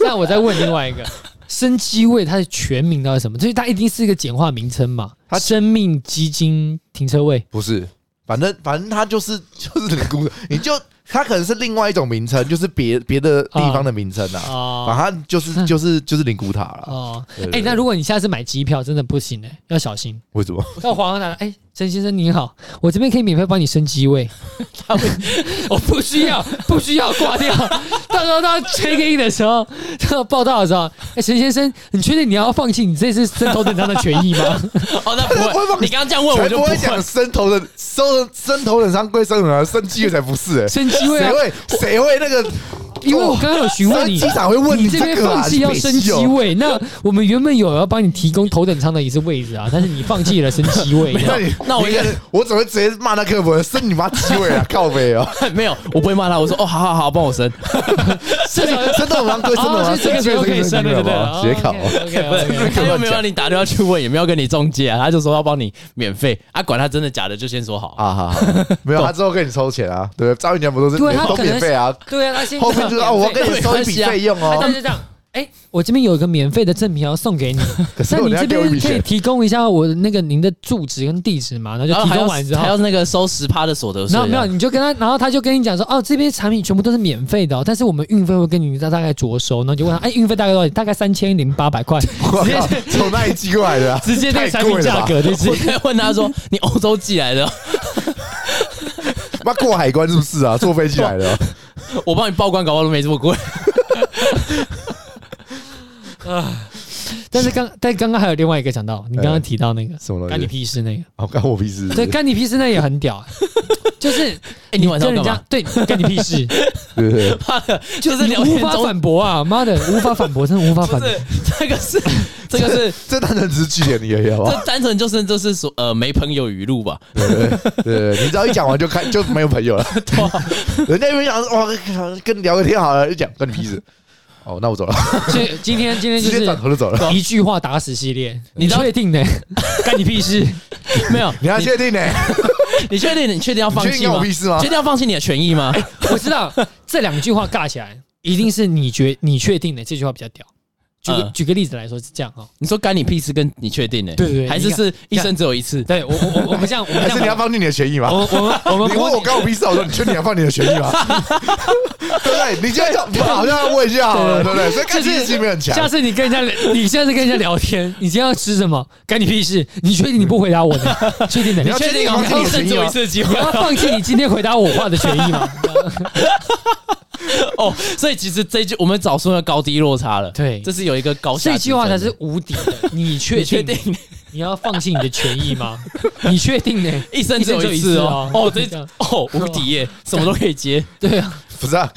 S3: 那我再问另外一个，生机位它的全名到底是什么？就是它一定是一个简化名称嘛？
S2: 它
S3: 生命基金停车位
S2: 不是，反正反正他就是就是灵姑，你就他可能是另外一种名称，就是别别的地方的名称啊，
S3: 啊。
S2: 反正就是就是就是灵姑塔了。
S3: 哦，
S2: 对对
S3: 哎、
S2: 对
S3: 那如果你下次买机票，真的不行哎、要小心。
S2: 为什么？
S3: 到黄河南，哎、陈先生您好，我这边可以免费帮你升机位。他会，我不需要，不需要挂掉。到时候到 check in 的时候，到报道的时候，哎、陈先生，你确定你要放弃你这次升头等舱的权益吗？
S1: 哦，那 [LAUGHS]
S2: 不
S1: 不
S2: 会吧
S1: 会，你刚刚这样问
S2: 才
S1: 我就
S2: 哦不
S1: 不
S2: 会
S1: 会。
S2: 讲伸头的收伸头等伤归伸头等伤，升机位才不是 [LAUGHS] 哎、
S3: 升机位
S2: 谁，
S3: 啊
S2: 会谁会那个？
S3: 因为我刚刚有询问你
S2: 机。场会问
S3: 你这
S2: 这
S3: 边
S2: 个、啊，
S3: 放弃要
S2: 北
S3: 升
S2: 西
S3: 机
S2: 哦
S3: 位，那我们原本有要帮你提供头等舱的也是位置啊，但是你放弃了升机位，
S2: 那你
S1: 那我
S2: 你
S1: 应该
S2: 看我只会直接骂那客服，升你妈机位 [LAUGHS] 啊，靠北啊！
S1: [LAUGHS] 没有，我不会骂他。我说哦，好好好，帮我 [LAUGHS] 啊升。
S3: [LAUGHS] 至少
S2: 升头等伤归升头
S3: 哦，
S2: 等
S3: 是这
S2: 伤，
S3: 哦个
S2: 升机
S3: 时候
S2: 位
S3: 可以升
S2: 升
S3: 了，对不对？
S2: 斜考啊。
S3: OK，
S1: 他又没有让你打电话去问，也没有跟你中介啊，他就说要帮你免费啊，管他真的假的，就先说好。
S2: 啊，好好，没有，他之后跟你收钱啊，对不对？诈骗钱不都是
S3: 对他
S2: 都
S3: 可能
S2: 免费啊？
S3: 对啊，他先
S2: 后面就是啊，我跟你收一笔费用
S3: 他
S2: 哦。
S3: 就这样。哎，我这边有一个免费的赠品要
S1: [LAUGHS]
S3: 送给你，
S2: 可是
S3: 那
S2: 我
S3: 你
S2: 等下
S3: 这
S2: 给我一
S3: 边
S2: 笔
S3: 可以
S2: 钱，
S3: 提供一下我那个您的住址跟地址嘛？然后就
S1: 然后
S3: 提
S1: 还
S3: 供
S1: 要
S3: 完之
S1: 还
S3: 后
S1: 要，那个收十趴的所得税啊。
S3: 然后没有你就跟他，然后他就跟你讲说，哦，这边产品全部都是免费的哦，但是我们运费会跟你大大概着收。然后你就问他，哎，运费大概多少钱？大概三千零八百
S1: [LAUGHS]
S3: 块，
S2: 我靠从那里寄过来的啊，
S3: 直接那
S2: 太
S3: 个产品
S1: [LAUGHS]
S2: 贵了吧
S3: 价格就直
S1: 我
S3: 接
S1: 在问他说：“你欧洲寄来的？”
S2: 妈过海关是不是啊？坐飞机来
S3: [LAUGHS]
S2: 的啊，
S1: 我帮你报关，搞不好都没这么贵。
S3: 但是刚但刚刚还有另外一个讲到，你刚刚提到那个
S1: 哎
S2: 什么
S3: 干你
S2: 东西？
S3: 屁事那个，
S2: 哦，干我屁事！
S3: 对，干你屁事那也
S1: [LAUGHS]
S3: 很屌，啊就是
S1: 哎，你晚上
S3: 跟
S1: 要
S3: 人
S1: 干
S3: 家
S1: 嘛？
S3: 对干你屁
S1: [LAUGHS]
S3: 事，
S2: 对对对，
S1: 妈的，就是
S3: 你
S1: 聊
S3: 无
S1: 天
S3: 法
S1: 中
S3: 反驳啊，妈的无法反驳，真的无法
S1: 不
S3: 反驳
S1: 是。这个 [LAUGHS] 是这个是
S2: 这单纯只是据点你而已，好不好？
S1: 这单纯就是就是说呃没朋友语录吧？
S2: 对对对，对你只要一讲完就开就没有朋
S3: [LAUGHS]
S2: 友了。
S1: 对啊
S2: [LAUGHS] 人家以为想说哇，跟你聊个天好了，一讲关你屁事。哦，那我走了，
S3: 所以今天今天就
S2: 直接转
S3: 是
S2: 头就走了。
S3: 一句话打死系列，
S1: 你
S3: 你
S1: 知道
S3: 确定呢？ [LAUGHS] 干你
S1: [LAUGHS]
S3: 屁事！
S1: 没有，
S2: 你要确定呢？
S1: 你确定你确定要
S2: 你
S1: 放
S2: 确定
S1: 弃
S2: 关
S1: 吗
S2: 我？屁事吗
S1: 确？定要放弃你的权益吗？
S3: 我知道这两句话尬起来，一定是你觉你确定的这句话比较屌。举个
S1: 嗯
S3: 举个例子来说是这样哈，
S1: 你说干你屁事？跟你确定呢？欸
S3: 对对对
S1: 还是是一生只有一次？
S3: 对我我我我们这样，我们
S2: 还
S3: 这
S2: 是你要
S3: 样，
S2: 放弃你的权益吗？
S3: 我们我们我们
S2: 你问我关我屁事，啊我说你确定你要放你的权益吗？对不对？你现在讲好像要问一下好了，对不对？所以
S3: 就
S2: 看起来
S3: 是
S2: 性没很强。
S3: 下次你跟人家，你下次跟人家聊天，你今天要吃什么，干你屁事！你确定你不回答我的？确定的？
S2: 你
S3: 你
S2: 要
S1: 确定
S2: 放
S1: 你
S2: 弃
S1: 要生只
S2: 你的权益
S1: 有一
S2: 吗？
S1: 次的机会？
S3: 要放弃你今天回答我话的权益吗？
S1: 哦，所以其实这一句我们找出了高低落差了。
S3: 对
S1: 这是有一个高下之分
S3: 这
S1: 的。
S3: 句话才是无敌的。你确
S1: 你确
S3: 定？
S1: 定
S3: 你要放弃你的权益吗？你确定呢？
S1: 一生只有一次哦。哦，
S3: 一
S1: 这
S3: 生只有一次啊
S1: 哦无敌 [LAUGHS] 耶，什么都可以接。
S3: 对啊，
S2: 不是啊，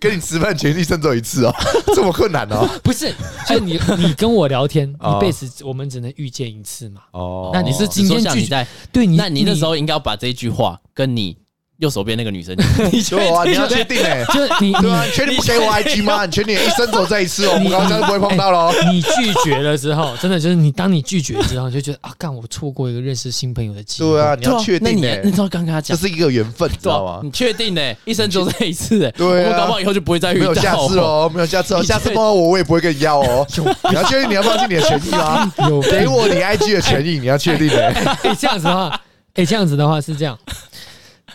S2: 跟你吃饭权益剩只有一次哦，这么困难哦。[LAUGHS]
S3: 不是，就你你跟我聊天，
S2: 哦
S3: 一辈子我们只能遇见一次嘛。
S2: 哦
S3: 那你是今
S1: 说
S3: 天
S1: 像
S3: 拒
S1: 你
S3: 绝？
S1: 在，
S3: 对你，
S1: 那你那时候应该要把这一句话跟你右手边那个女 [LAUGHS] 生讲，你
S3: [LAUGHS]
S1: 确
S2: 对啊，你要
S1: 定？
S2: 确定哎。
S3: 就你
S2: 对啊，
S3: 你
S2: 你确定不给我 IG 吗？你确定一生走这一次哦，我们高中就不会碰到喽。
S3: 你拒绝了之后，真的就是你，当你拒绝之后，你就觉得啊，干，我错过一个认识新朋友的机会。
S2: 对啊，你
S1: 对啊
S2: 要确
S1: 那
S2: 定
S1: 你
S2: 哎
S1: 那，你要刚跟他
S2: 这
S1: 讲，
S2: 是一个缘分，知
S1: 对
S2: 道
S1: 啊
S2: 吗？
S1: 你确定呢？一生就这一次，哎，
S2: 对啊
S1: 我们搞不好以后就不会再遇
S2: 没有
S1: 到。
S2: 下次哦，没有下次哦，
S1: 你确
S2: 下次碰到我我也不会跟你要哦。你要确定你要放弃你的权益吗？
S3: 有
S2: [LAUGHS] 给我你 IG 的权益，你要确定哎。
S3: 哎、这样子的话，哎、这样子的话是这样，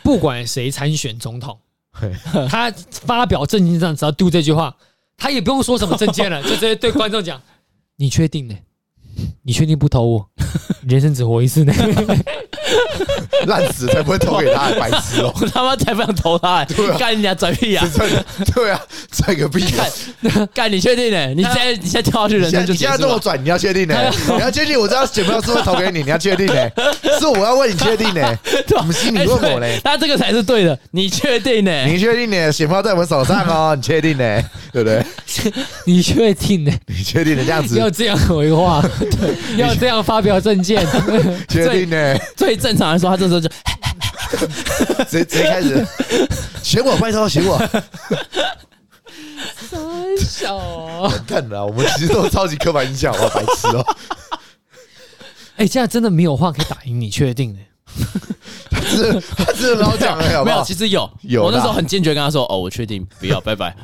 S3: 不管谁参选
S2: [LAUGHS]
S3: 总统，他发表政见上只要丢这句话，他也不用说什么政见
S2: [LAUGHS]
S3: 了，就直接对观众讲：“你确定呢？你确定不投我？你人生只活一次呢 [LAUGHS]
S2: 烂死才不会投给他，白痴哦。
S1: 我 [LAUGHS] 他妈才不想投他，哎
S2: 对啊
S1: 干人家拽屁呀！
S2: 对啊，拽个屁啊！
S1: 干，你确定呢？你现在你现在跳下去，
S2: 你
S1: 人
S2: 现在
S1: 生就
S2: 你
S1: 结
S2: 现在
S1: 束
S2: 这么
S1: 了。
S2: 转，你要确定呢、
S1: [LAUGHS]
S2: 你要确定，我知道选票是会投给你，你要确定呢、是我要问你确定呢、
S1: 对吧
S2: 我们心里
S1: 哎
S2: 问我
S1: 对
S2: 嘞
S1: 那这个才是对的，你确定欸呢？
S2: 你确定呢、选票在我们手上哦，你确定呢、对不对？？”
S3: 你确定呢？
S2: 你确定的这样子，
S3: 要这样回 [LAUGHS] 话，对，要这样发表政见，
S2: 确定呢、
S1: 最正常来说，他这时候就
S2: 谁谁开始？选我，拜托选我！ [LAUGHS]
S3: 分手。
S2: 看了、我们其实都超级刻板印象，好白痴哦、
S3: [LAUGHS] 哎、这样真的没有话可以打赢，你确定呢？
S2: 他是他是很好讲的，好不
S1: 没有，
S2: 好
S1: 其？实有
S2: 有
S1: 我那
S2: 啦
S1: 时候很坚决跟他说：“哦，我确定不要，拜
S2: [LAUGHS]
S1: 拜，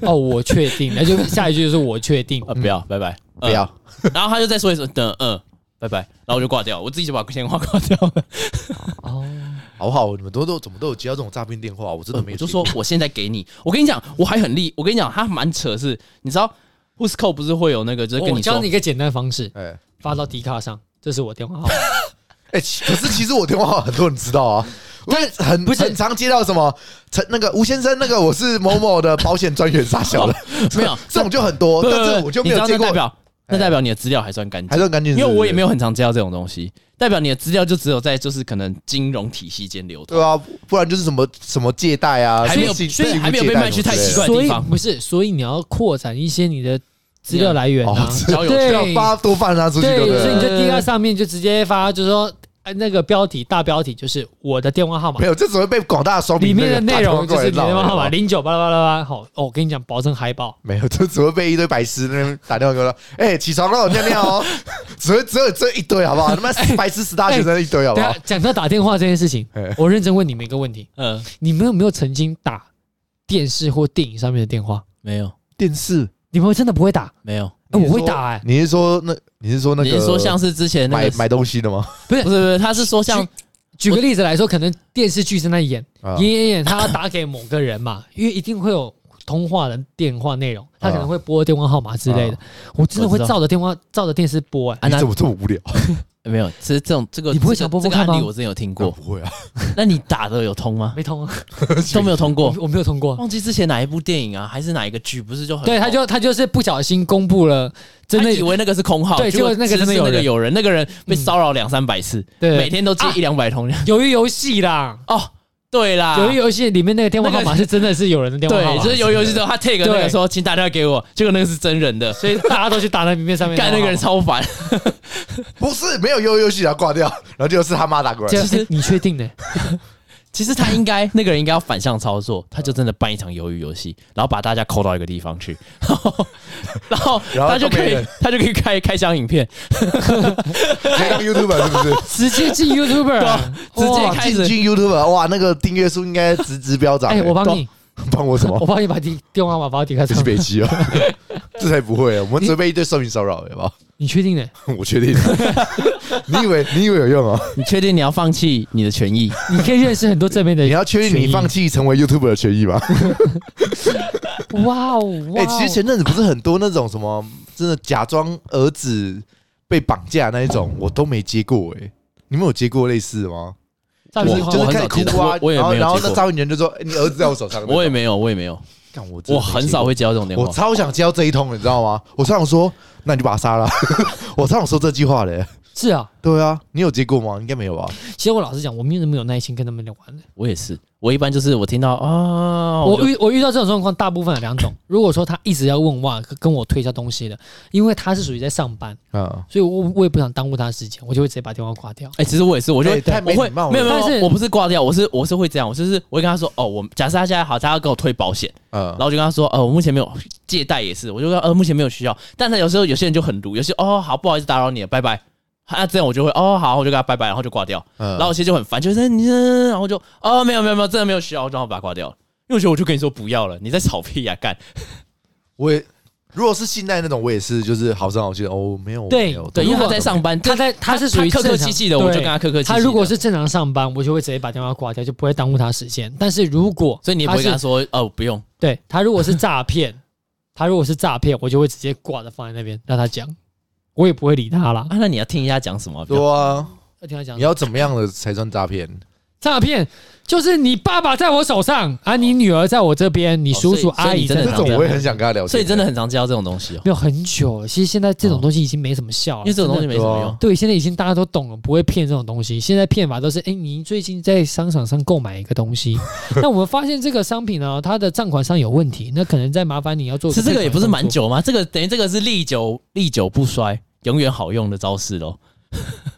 S3: 哦，我确定，那就下一句就是我确定。
S1: 啊，不要，拜拜，
S2: 不要。
S1: 嗯”然后他就再说一声：“等，嗯，拜拜。”然后我就挂掉，我自己就把电话挂掉了。
S3: 哦，
S2: 好不好？你们都都怎么都有接到这种诈骗电话？呃我真的没
S1: 我
S2: 有
S1: 就
S2: 接过，
S1: 说我现在给你，我跟你讲，我还很厉，我跟你讲，他蛮扯的是，你知道 Who'sco 不是会有那个，就是跟
S3: 我
S1: 你说
S3: 教你一个简单方式，
S2: 哎哎、
S3: 发到迪卡上，这是我电 [LAUGHS] 话号码。
S2: 其可是其实我电话号码很多人知道啊，我很
S3: 不是
S2: 很常接到什么陈那个吴先生那个我是某某的保险专员傻小的，
S1: 没有，
S2: [LAUGHS] 这种就很多，
S1: 不不
S2: 哦但
S1: 不
S2: 是我就没
S1: 你知
S2: 有
S1: 道
S2: 接
S1: 那
S2: 过
S1: 代，表那代表你的资料还算干
S2: 还
S1: 净，
S2: 算干净，
S1: 因为我也没
S2: 有
S1: 有很常接到这种东西，代表你的资料就只有在就是可能金融体系间流通
S2: 对。啊，不然就是什么什么借贷啊，
S1: 还没有
S2: 什么
S1: 所以
S2: 信
S1: 还没有被卖去太奇怪的
S3: 所
S1: 地
S3: 以
S1: 方
S3: 不是，所以你要扩展一些你的资料来源啊
S2: 哦。
S1: 交友
S3: 对
S2: 信用借贷什么之类的，要发多放他出去，
S3: 对，
S2: 对不
S3: 所以你
S2: 对？
S3: 就迪卡上面就直接发，就是说，哎，那个标题大标题就是我的电话号码
S2: 没，有，这只会被广大双
S3: 里
S2: 屏
S3: 面的
S2: 那个
S3: 内
S2: 打电话
S3: 容就
S2: 过来
S3: 是你的电话号码
S2: 闹
S3: 零九巴拉巴拉巴拉。好，哦，我跟你讲，保证海报。
S2: 没有，就只会被一堆白痴那边打电话给 [LAUGHS] 我说：“哎、起床了，尿尿 [LAUGHS] 哦。”只会只有这一堆，好不好？他妈白痴十大学哎生一堆，好不
S3: 对
S2: 好
S3: 啊？，讲到打电话这件事情
S2: 哎，
S3: 我认真问你们一个问题：
S1: 嗯，
S3: 你们有没有曾经打电视或电影上面的电话？
S1: 没有
S2: 电视，
S3: 你们真的不会打？
S1: 没有，
S3: 哎，
S2: 你
S3: 我
S2: 是
S3: 会
S2: 说
S3: 打哎，
S2: 你是说那你是说那个？
S1: 你是说像是之前那
S2: 买
S1: 个
S2: 买东西的吗？
S1: 不是不是，他是说像
S3: 举个例子来说，可能电视剧正在演，
S2: 啊
S3: 演演演，他要打给某个人嘛，因为一定会有通话的电话内容，他可能会拨电话号码之类的。我真的会
S1: 我知道
S3: 照着电话照着电视拨、哎，
S1: 啊，
S2: 你
S1: 那
S2: 怎么这么无聊？
S1: 没有，其实这种这个
S3: 你不会
S1: 这个
S3: 想播
S1: 这
S3: 播
S1: 个
S3: 看吗
S1: 案例，我之前有听
S2: 我
S1: 过
S2: 不。会啊，
S1: [LAUGHS] 那你打的有通啊吗？
S3: 没通啊，
S1: 都没有通过
S3: 我。我没有通过。
S1: 忘记之前哪一部电影啊，还是哪一个剧，不是就很
S3: 对，他就他就是不小心公布了，真的
S1: 他以为那个是空号，
S3: 对
S1: 结果
S3: 结果那个
S1: 其实
S3: 真的
S1: 是
S3: 有
S1: 那个
S3: 人
S1: 有人，那个人被
S3: 嗯
S1: 骚扰两三百次，
S3: 对
S1: 每天都接
S3: 啊
S1: 一两百
S3: [LAUGHS]
S1: 通。
S3: 由于游戏啦，
S1: 哦，对啦，
S3: 由于游戏里面那个电话号
S1: 那
S3: 码是真的是有人的电话号
S1: 对，
S3: 码，
S1: 就是由于游戏之后他 take 那个
S3: 对
S1: 说，请打电话给我，结果那个是真人的，
S3: 所以大家都去打在明面上面
S1: 干那个人超
S3: [LAUGHS]
S1: 烦。
S2: 不是没有悠悠戏然后挂掉，然后就是他妈打过来
S3: 就，
S1: 其实
S3: 是你确定
S1: [LAUGHS]
S3: 呢？
S1: 其实他应该 [LAUGHS] 那个人应该要反向操作，他就真的办一场鱿鱼游戏，然后把大家扣到一个地方去， [LAUGHS] 然后然后
S2: 然后
S1: 他就
S2: 都
S1: 可
S2: 没
S1: 以
S2: 人
S1: 他就可以开开箱影片，
S2: 直接当 YouTuber 是不是？
S3: 直接进 YouTuber，
S1: 对啊
S3: 啊
S1: 直接 [LAUGHS]
S3: 哇
S1: 开始
S2: 进军 YouTuber，哇，那个订阅数应该直直飙涨欸。
S3: 哎，我帮
S2: 对
S3: 你，
S2: 啊
S1: [LAUGHS]
S2: 帮我什么
S3: 我？帮你把电电话号码把它点开
S2: 这
S3: 上
S2: 是。北极啊，这才不会啊！我们只会被一堆受民骚扰，好不好？
S3: 你确定呢？
S2: 我
S1: [LAUGHS]
S2: 确定。你以为你以为有用啊？
S1: 你确定你要放弃你的权益？
S3: 你可以认识很多正面的。
S2: 你要确定你放弃成为 YouTuber 的权益吧？
S3: 哇哦！
S2: [LAUGHS]
S3: 哇
S2: 哎，
S3: 哦
S2: 其实前阵子不是很多那种什么，真的假装儿子被绑架那一种，我都没接过哎。你们有接过类似的吗？
S3: 诈
S2: 就
S3: 骗
S2: 是
S3: 电
S2: 就
S3: 话
S1: 我很
S2: 是开始
S1: 少接
S2: 哭
S1: 过
S2: 啊，
S1: 我也
S2: 然后
S1: 没有
S2: 然后
S1: 接
S2: 那
S1: 过
S2: 招引员就说：“哎你儿子在我手上。”
S1: 我也没有，我也没有，
S2: 干，我真
S1: 我
S2: 的没
S1: 很
S2: 接
S1: 少
S2: 过
S1: 会接到这种电
S2: 我
S1: 话。
S2: 超想接到这一通，你知道吗？我超想说，那你就把他杀了。 [LAUGHS] 我超想说这句话嘞。
S3: 是啊。
S2: 对啊，你有接过吗？应该没有吧？
S3: 其实我老实讲，我没有那么有耐心跟他们聊完的。
S1: 我也是，我一般就是我听到啊，
S3: 我
S1: 就
S3: 遇我遇到这种状况，大部分有两种。如果说他一直要问哇，跟我推销东西的，因为他是属于在上班，
S2: 嗯，
S3: 所以我我也不想耽误他的时间，我就会直接把电话挂掉。
S1: 哎、其实我也是，我就会、
S2: 哎太没
S1: 我会
S2: 礼貌了
S1: 没有没有，
S3: 但是
S1: 我不是挂掉，我是我是会这样，我就是我会跟他说，哦，我假设他现在好，他要跟我推保险，
S2: 嗯
S1: 然，后我就跟他说，呃，我目前没有借贷也是，我就说呃目前没有需要，但他有时候有些人就很毒，有些哦好不好意思打扰你了，拜拜。啊，这样我就会哦好，我就跟他拜拜，然后就挂掉。
S2: 然
S1: 然后我其实就很烦，就是你，然后就哦没有没有没有，真的没有需要，我就然后把它挂掉了。因为我觉得我就跟你说不要了，你在吵屁呀、啊干！
S2: 我也如果是信贷那种，我也是就是好声好气的哦，没有，
S3: 对
S2: 没有
S1: 对，因为 [LAUGHS] 他
S3: 如果
S1: 在上班，
S3: 他在他是属于
S1: 客客
S3: 正常
S1: 气气的，我就跟
S3: 对
S1: 他客客气气的。
S3: 他如果是正常上班，我就会直接把电话挂掉，就不会耽误他时间。但是如果
S1: 所以你也不会跟他
S3: 是
S1: 说哦不用，
S3: 对他如果是诈骗，他如果是诈骗，我就会直接挂着放在那边让他讲，我也不会理他啦。
S1: 啊，那你要听一下讲什么？
S2: 对啊，
S3: 要听他讲
S2: 你，要怎么样的才算诈骗？
S3: 诈骗就是你爸爸在我手上啊，你女儿在我这边，你
S1: 哦
S3: 叔
S1: 所以
S3: 叔
S1: 所以
S3: 阿姨
S1: 你
S3: 在
S1: 真的
S2: 这
S3: 那
S1: 很
S2: 种
S3: 边
S2: 我也很想跟他聊天，
S1: 所以真的很常接到这种东西哦，
S3: 没有很久了。其实现在这种东西已经没什么效了，
S1: 哦因为这种东西
S3: 真的
S1: 没什么用
S2: 哦。
S3: 对，啊现在已经大家都懂了，不会骗这种东西。现在骗法都是，哎，你最近在商场上购买一个东西，那我们发现这个商品呢，它的账款上有问题，那可能再麻烦你要做。
S1: 是这个也不是蛮，久吗？这个等于这个是历久历久不衰，永远好用的招式咯。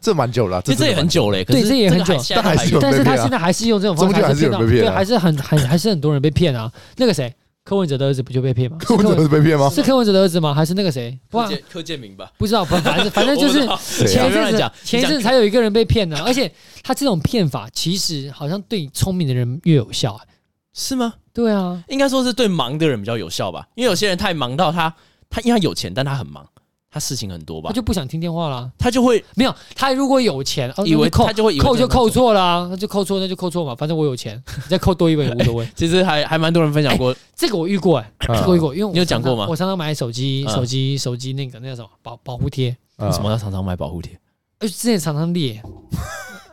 S2: 这蛮久了，
S1: 其实这
S2: 真
S1: 也
S2: 的
S1: 很久嘞，可
S3: 对
S1: 是
S3: 这也很
S1: 个还
S3: 久
S1: 现在
S2: 但还
S1: 还
S2: 是
S1: 有
S2: 有
S3: 但是
S2: 被
S3: 他
S2: 骗啊
S3: 现在还是用这种方
S2: 终
S3: 式
S2: 究还是有
S3: 到，
S2: 人被骗
S3: 对，
S2: 啊
S3: 还是很很还是很多人被骗啊。那个谁，柯文哲的儿子不就被骗吗？是
S2: 蛮 [LAUGHS] 久了柯文哲是被骗吗？
S3: 是柯文哲的儿子吗？还是那个谁？不
S1: 柯建柯建明吧，
S3: 不知道，反反正反正
S1: [LAUGHS]
S3: 就
S1: 我
S3: 是
S1: 不知道
S2: 谁
S3: 前
S2: 啊
S1: 随
S3: 一
S1: 便
S3: 阵
S1: 乱
S3: 子
S1: 讲
S3: 前一阵
S1: 你
S3: 子才有一个人被骗呢，而且他这种骗法其实好像对聪明的人越有效、哎
S1: 是吗？
S3: 对啊，
S1: 应该说是对忙的人比较有效吧，因为有些人太忙到他他因为他有钱，但他很忙，他事情很多吧
S3: 他，就不想听电话啦。
S1: 他就会
S3: 没有，他如果有钱，哦、
S1: 以为
S3: 那扣
S1: 他就会以为
S3: 扣
S1: 这
S3: 就
S1: 样
S3: 扣
S1: 子
S3: 错啦、那就扣错，那就扣错嘛，反正我有钱， [LAUGHS] 你再扣多一本也无所谓。
S1: 其实还还蛮多人分享过，
S3: 这个我遇过、哎，
S2: 啊
S3: 这个我遇过，因为我
S1: 你有讲
S3: 常常
S1: 过吗
S3: 我常常买手机、
S1: 嗯
S3: 手机、手机那个那叫什么保保护贴，
S1: 为
S2: 嗯
S1: 什么要常常买保护贴？
S3: 哎，之前常常裂，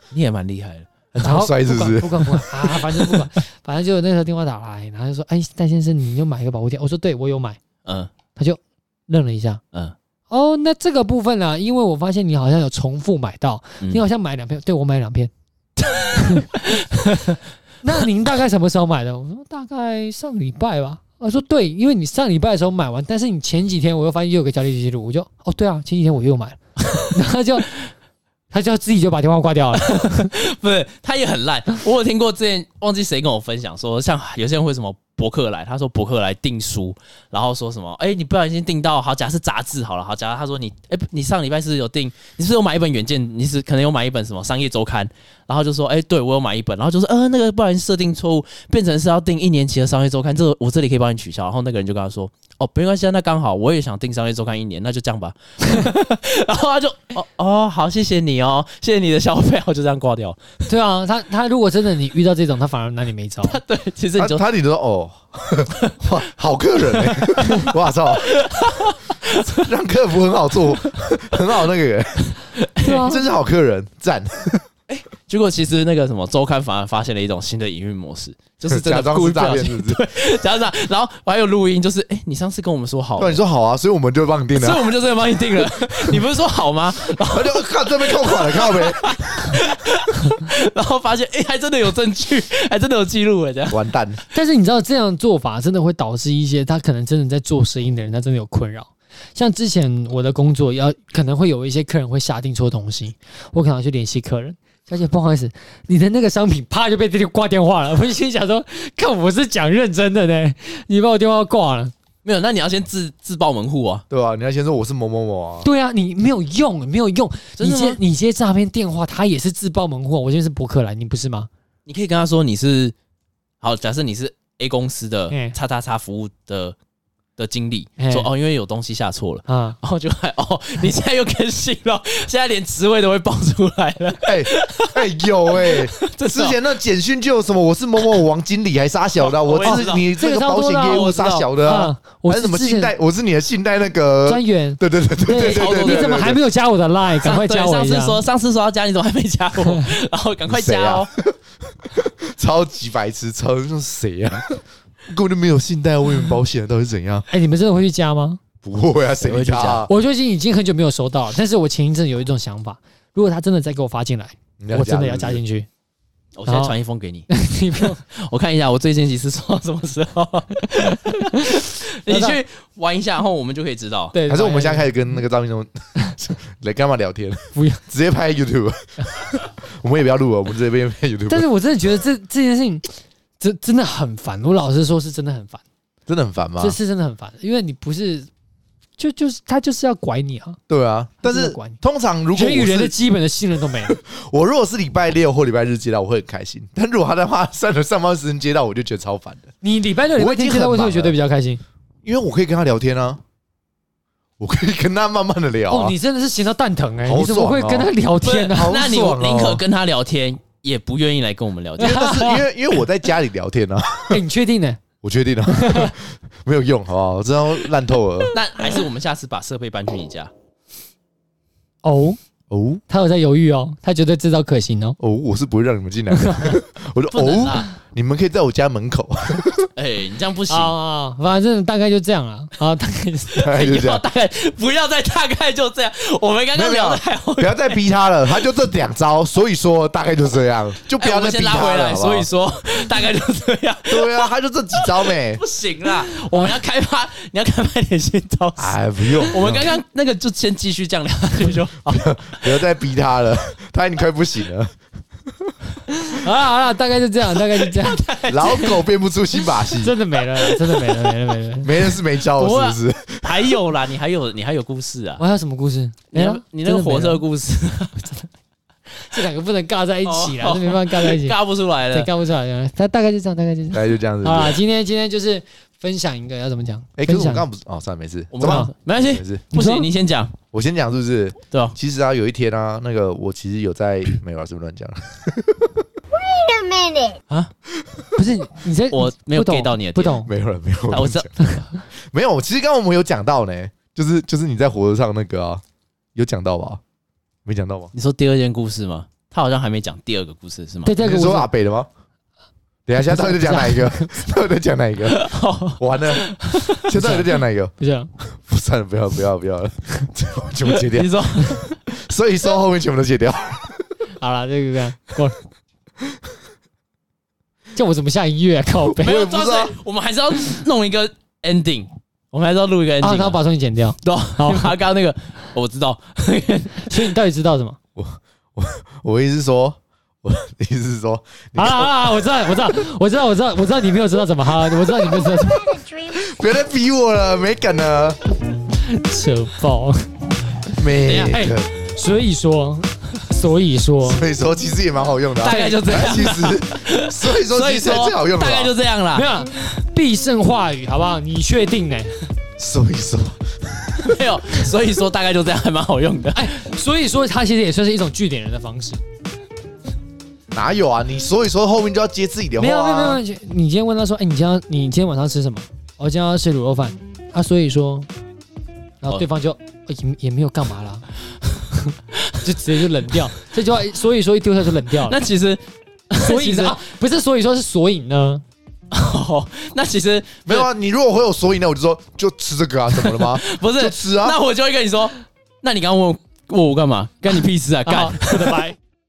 S1: 你也蛮厉害的，
S2: 很
S3: 然
S2: 常
S3: 后
S2: 摔是不
S3: 管
S2: 是？
S3: 不管不管啊，反正不管， [LAUGHS] 反正就那时候电话打来，然后就说，哎，戴先生，你就买一个保护贴。我说，对我有买，
S1: 嗯
S3: 他就愣了一下。
S1: 嗯，
S3: 哦，那这个部分呢、因为我发现你好像有重复买到，
S1: 嗯
S3: 你好像买两片，对我买两 [LAUGHS] 片。那您大概什么时候买的？我说大概上礼拜吧。我说对，因为你上礼拜的时候买完，但是你前几天我又发现又有个交易记录，我就哦对啊，前几天我又 [LAUGHS] 买了，然后就他就自己就把电话挂掉了。
S1: [LAUGHS] 不是，他也很烂。我有听过之前忘记谁跟我分享说，像有些人会什么博客来，他说博客来订书，然后说什么，哎、你不小心订到好，假设杂志好了，好，假设他说你，哎、不你上礼拜是不是有订，你是不是有买一本远见，你是可能有买一本什么商业周刊，然后就说，哎、对我有买一本，然后就说，呃，那个不小心设定错误，变成是要订一年期的商业周刊，这个我这里可以帮你取消。然后那个人就跟他说，哦，没关系啊，那刚好我也想订商业周刊一年，那就这样吧。 [LAUGHS] 然后他就，哦哦，好，谢谢你哦，谢谢你的消费，然后就这样挂掉。
S3: 对啊，他他如果真的你遇到这种，他反而拿你没招。
S1: [LAUGHS] 对，其实你
S2: 他
S1: 就
S2: 他你就说哦
S1: [LAUGHS]
S2: 哇，哇，好客人哎、欸！哇操，让客服很好做，很好那个、欸，
S3: [LAUGHS] 对
S1: 哦
S3: 啊，
S2: 真是好客人，赞！
S1: 结果其实那个什么周刊反而发现了一种新的营运模式，
S2: [LAUGHS]
S1: 就是真
S2: 假
S1: 的
S2: 装
S1: 故
S2: 是
S1: 意不
S2: 诈
S1: 小
S2: 骗，
S1: 心
S2: 是不是？
S1: [LAUGHS] 假装，然后我还有录音，就是哎、你上次跟我们说好
S2: 对，
S1: 了，
S2: 你说好啊，所以我们就帮你订
S1: 所以
S2: 了。
S1: 我们就真的帮你定
S2: [LAUGHS]
S1: 了，你不是说好吗？然后
S2: 而且我靠，这边扣款了，靠呗，
S1: 然后发现哎、还真的有证据， [LAUGHS] 还真的有记录哎，这样
S2: 完蛋！
S3: 但是你知道这样做法真的会导致一些他可能真的在做生意的人，他真的有困扰。像之前我的工作要可能会有一些客人会下定错东西，我可能要去联系客人，小姐不好意思，你的那个商品啪就被电挂电话了。我就心想说，看我是讲认真的呢， [LAUGHS] 你把我电话挂了。
S1: 没有？那你要先自自报门户啊，
S2: 对吧、你要先说我是某某某
S1: [LAUGHS]
S2: 啊，
S3: 对啊，你没有用，没有用。
S1: 真
S3: 你
S1: 的
S3: 接
S1: 吗？
S3: 你接诈骗电话，他也是自报门户啊。我现在是博客来，你不是吗？
S1: 你可以跟他说你是好，假设你是 A 公司的
S3: 嗯
S1: 叉叉叉服务的的经理，
S3: 嗯
S1: 说哦，因为有东西下错了。
S3: 啊，
S1: 然后就还哦，你现在又更新了，现在连职位都会爆出来了。
S2: 哎、哎、有哎、
S1: 这
S2: [LAUGHS] 之前那简讯就有什么我是某某王经理还杀小的啊、
S1: 我我也
S2: 我
S1: 知
S2: 是
S1: 道
S2: 你这
S3: 这
S2: 个
S3: 个差
S2: 保
S3: 不多
S2: 险
S3: 啦
S2: 业务
S1: 我知道
S2: 杀小的啊，
S3: 啊，我
S2: 还
S3: 是
S2: 是什么
S3: 之
S2: 信
S3: 前
S2: 贷，我是你的信贷那个，
S3: 专员。
S2: [LAUGHS] 对对对对对对对对，
S3: 你怎么还没有加我
S1: [LAUGHS]
S3: 的 line？赶快加我
S1: 上
S3: 一
S1: 次
S3: 下！
S1: 说上次说要加，你怎么还没加 [LAUGHS] 我？然后赶快加哦。
S2: 对超级白痴，超像谁啊？ [LAUGHS] 根本就没有信贷，我有保险，到底是怎样？
S3: 哎、你们真的会去加吗？
S2: 不会啊，谁
S1: 会去
S2: 家啊？
S3: 我最近已经很久没有收到了，但是我前一阵有一种想法，如果他真的再给我发进来，
S2: 你要
S3: 我真的
S2: 加
S3: 要加进去。
S1: 我现在传一封给 [LAUGHS] 你，
S3: 你不用，
S1: 我看一下我最近几次说到什么时候。 [LAUGHS] 你去玩一下，然后我们就可以知道。
S3: 对，
S2: 还是我们现在开
S3: 始
S2: 始跟那个张明
S3: [LAUGHS]
S2: 忠来干嘛聊天？
S3: 不要，
S2: 直接拍
S3: [LAUGHS]
S2: YouTube。我们也不要录啊了，我们直接边拍 YouTube。
S3: 但是我真的觉得这这件事情真真的很烦。我老实说，是真的很烦，
S2: 真的很烦吗
S3: 这？是真的很烦，因为你不是就就是他就是要拐你啊，
S2: 对啊，但
S3: 真
S2: 是
S3: 的管你
S2: 通常如果我
S3: 人与人的
S2: 是
S3: 基本的信任都没
S2: [LAUGHS]
S3: 了。
S2: 我如果是礼拜六或礼拜日接到，我会很开心。但如果他他妈上上班时间接到，我就觉得超烦的，
S3: 你礼拜六、礼
S2: 我
S3: 拜
S2: 已经
S3: 天接到
S2: 很
S3: 问题，
S2: 忙
S3: 我觉得
S2: 了
S3: 比较开心。
S2: 因为我可以跟他聊天啊，我可以跟他慢慢的聊
S3: 哦，
S2: 啊。
S3: 你真的是闲到蛋疼哎、
S2: 好
S3: 你怎么
S2: 爽
S3: 会
S2: 哦
S3: 跟他聊
S1: 不是
S3: 天呢、
S2: 好
S1: 那你
S2: 爽哦
S1: 宁可跟他聊天，也不愿意来跟我们聊
S2: 因
S1: 天 [LAUGHS]
S2: 为。那是因为因为我在家里聊天啊，
S3: [LAUGHS] 哎、你确定呢、
S2: 我确定啊， [LAUGHS] 没有用，好不好？我真的烂透了。
S1: 那还是我们下次把设备搬去你家。
S3: 哦，
S2: 哦
S3: 他有在犹豫哦，他觉得这招可行哦。
S2: 哦，我是不会让你们进来的。 [LAUGHS] 我说
S1: 不能啊
S2: 哦，
S1: 啦，
S2: 你们可以在我家门口， [LAUGHS]
S1: 哎，你这样不行
S3: 啊。
S1: 哦
S3: 啊，反正大概就这样了啊，大概是 [LAUGHS]
S2: 大概就
S1: 不
S2: 哎这
S1: 要 [LAUGHS]
S2: 样。
S1: 大概不要再大概就这样。我们刚刚
S2: 没有
S1: 哎聊
S2: 没
S1: 的
S2: 有
S1: 还
S2: 不要再逼他了，他就这两招，所以说大概就这样，就不
S1: 哎
S2: 要
S1: 我
S2: 再
S1: 们先
S2: 逼
S1: 拉
S2: 他
S1: 回
S2: 了。
S1: 来，
S2: 好不好
S1: 所以说大概就这样，
S2: 对啊，他就这几招没
S1: 不，行啦， [LAUGHS] 我们要开发，你要开发点新招式。
S2: 哎，不用，
S1: [LAUGHS] 我们刚刚那个就先继续 [LAUGHS] 这样聊下去就好。
S2: 不要再逼他了，他已经快不行
S1: [LAUGHS]
S2: 了，
S3: 好了好了，大概就这样，大概就
S1: [LAUGHS]
S3: 这样，
S2: 老狗变不出新把戏，
S3: 真的没了，真的没了，没了没了。
S2: 没人是没教
S1: 不会
S2: 我，
S1: 啊
S2: 是不是？
S1: 还有啦，你还有你还有故事啊？
S3: 我还有什么故事？
S1: 你
S3: 没
S1: 那
S3: 了，
S1: 你那个火
S3: 真
S1: 车的
S3: 的没了
S1: 故 [LAUGHS] 事
S3: 这两个不能尬在一起
S1: 哦
S3: 了，这没办法尬在一起，
S1: [LAUGHS] 尬不出来
S3: 这
S1: 了。
S3: 尬不出来。他大概就这样，大概就这样。
S2: 大概就这样子。
S3: 好
S2: 哎
S1: 啊
S3: 了，今天今天就是分享一个要怎么讲？，
S2: 可是
S3: 分
S2: 我
S3: 享
S2: 刚刚不是哦，算了，没事，
S1: 我
S2: 怎
S1: 们
S2: 么
S3: 办
S1: 看没关系
S2: 没，事？
S1: 不
S3: 你说
S1: 行，你先讲，
S2: 我先讲是不是？
S1: 对吧？
S2: 其实啊，有一天啊，那个我其实有在没有啊，是不是乱讲？ [LAUGHS]
S4: Wait a minute.
S3: 不是你在
S1: 我没有
S3: 不懂
S1: get 到你的点
S3: 不懂
S2: 没有了，没有
S1: 啊
S2: 了，
S1: 我知道
S2: 乱讲没有。其实刚刚我们有讲到呢，就是就是你在火车上那个啊，有讲到吧？没讲到吗？
S1: 你说第二件故事吗？他好像还没讲第二个故事是吗
S3: 对？这
S2: 你
S3: 个
S2: 是
S3: 我
S2: 说啊阿北的吗？等一下，下到底在讲哪一个？到底在讲哪一个？
S1: [LAUGHS]
S2: 完了，下到底在讲哪一个？
S3: 不是啊
S2: 不 [LAUGHS] 算了，不要不要不要了， [LAUGHS] 全部截掉 [LAUGHS]
S1: 你。说
S2: 所以说后面全部都截掉。 [LAUGHS]
S3: 好了，这个这样过了。叫我怎么下音乐、啊？靠背
S1: 没
S2: 我
S1: 有
S2: 也不
S1: 抓
S2: 知道
S1: 水，我们还是要弄一个 ending，我们还是要录一个
S3: 啊！然
S1: ending
S3: 后
S1: 啊。
S3: 把东西剪掉。
S1: 对，好， [LAUGHS] 他刚刚那个我知道，
S3: 所以你到底知道什么？
S2: 我意思是说，我的意思是说，你
S3: 好了
S2: 看
S3: 好了，好了我知道，我知道，我知道，我知道，我知道你没有知道怎么哈，我知道你没有知道怎么 [LAUGHS]
S4: had a dream.
S2: 别再逼我了，没梗了，
S3: 扯爆。
S2: 没
S1: 等一下哎
S2: 梗。
S3: 所以说，所以说，
S2: 所以说其实也蛮好用的啊、
S1: [LAUGHS] 大概就这样
S2: 但其实，所以 [LAUGHS] 说
S1: 所
S2: 其
S1: 以
S2: 实也
S1: 说
S2: 最好用的
S1: 大
S2: 啊、
S1: 概就这样啦
S3: 没。有啦必胜话语，好不好？你确定呢、
S2: 所以说，
S1: 没有，所以说大概就这样，还蛮好用的。哎，
S3: 所以说，它其实也算是一种据点人的方式。
S2: 哪有啊？你所以说后面就要接自己的话、啊，
S3: 没有没有没有，你今天问他说，哎、你今天你今天晚上吃什么？我、今天要吃卤肉饭啊，所以说，然后对方就、呃也也没有干嘛啦， [LAUGHS] 就直接就冷掉。 [LAUGHS] 这句话所以说一丢下就冷掉了
S1: 那。其实， [LAUGHS]
S3: 所以
S1: 其实
S3: 呢、啊，不是所以说是所以呢，
S1: 哦，那其实
S2: 没有啊？你如果会有所以呢，我就说就吃这个啊，怎么了
S1: [LAUGHS]
S2: 吗？
S1: 不，
S2: 就是吃啊。
S1: 那我就会跟你说，那你刚刚问我问我干嘛？干你屁事啊！干
S3: 啊，不得拜。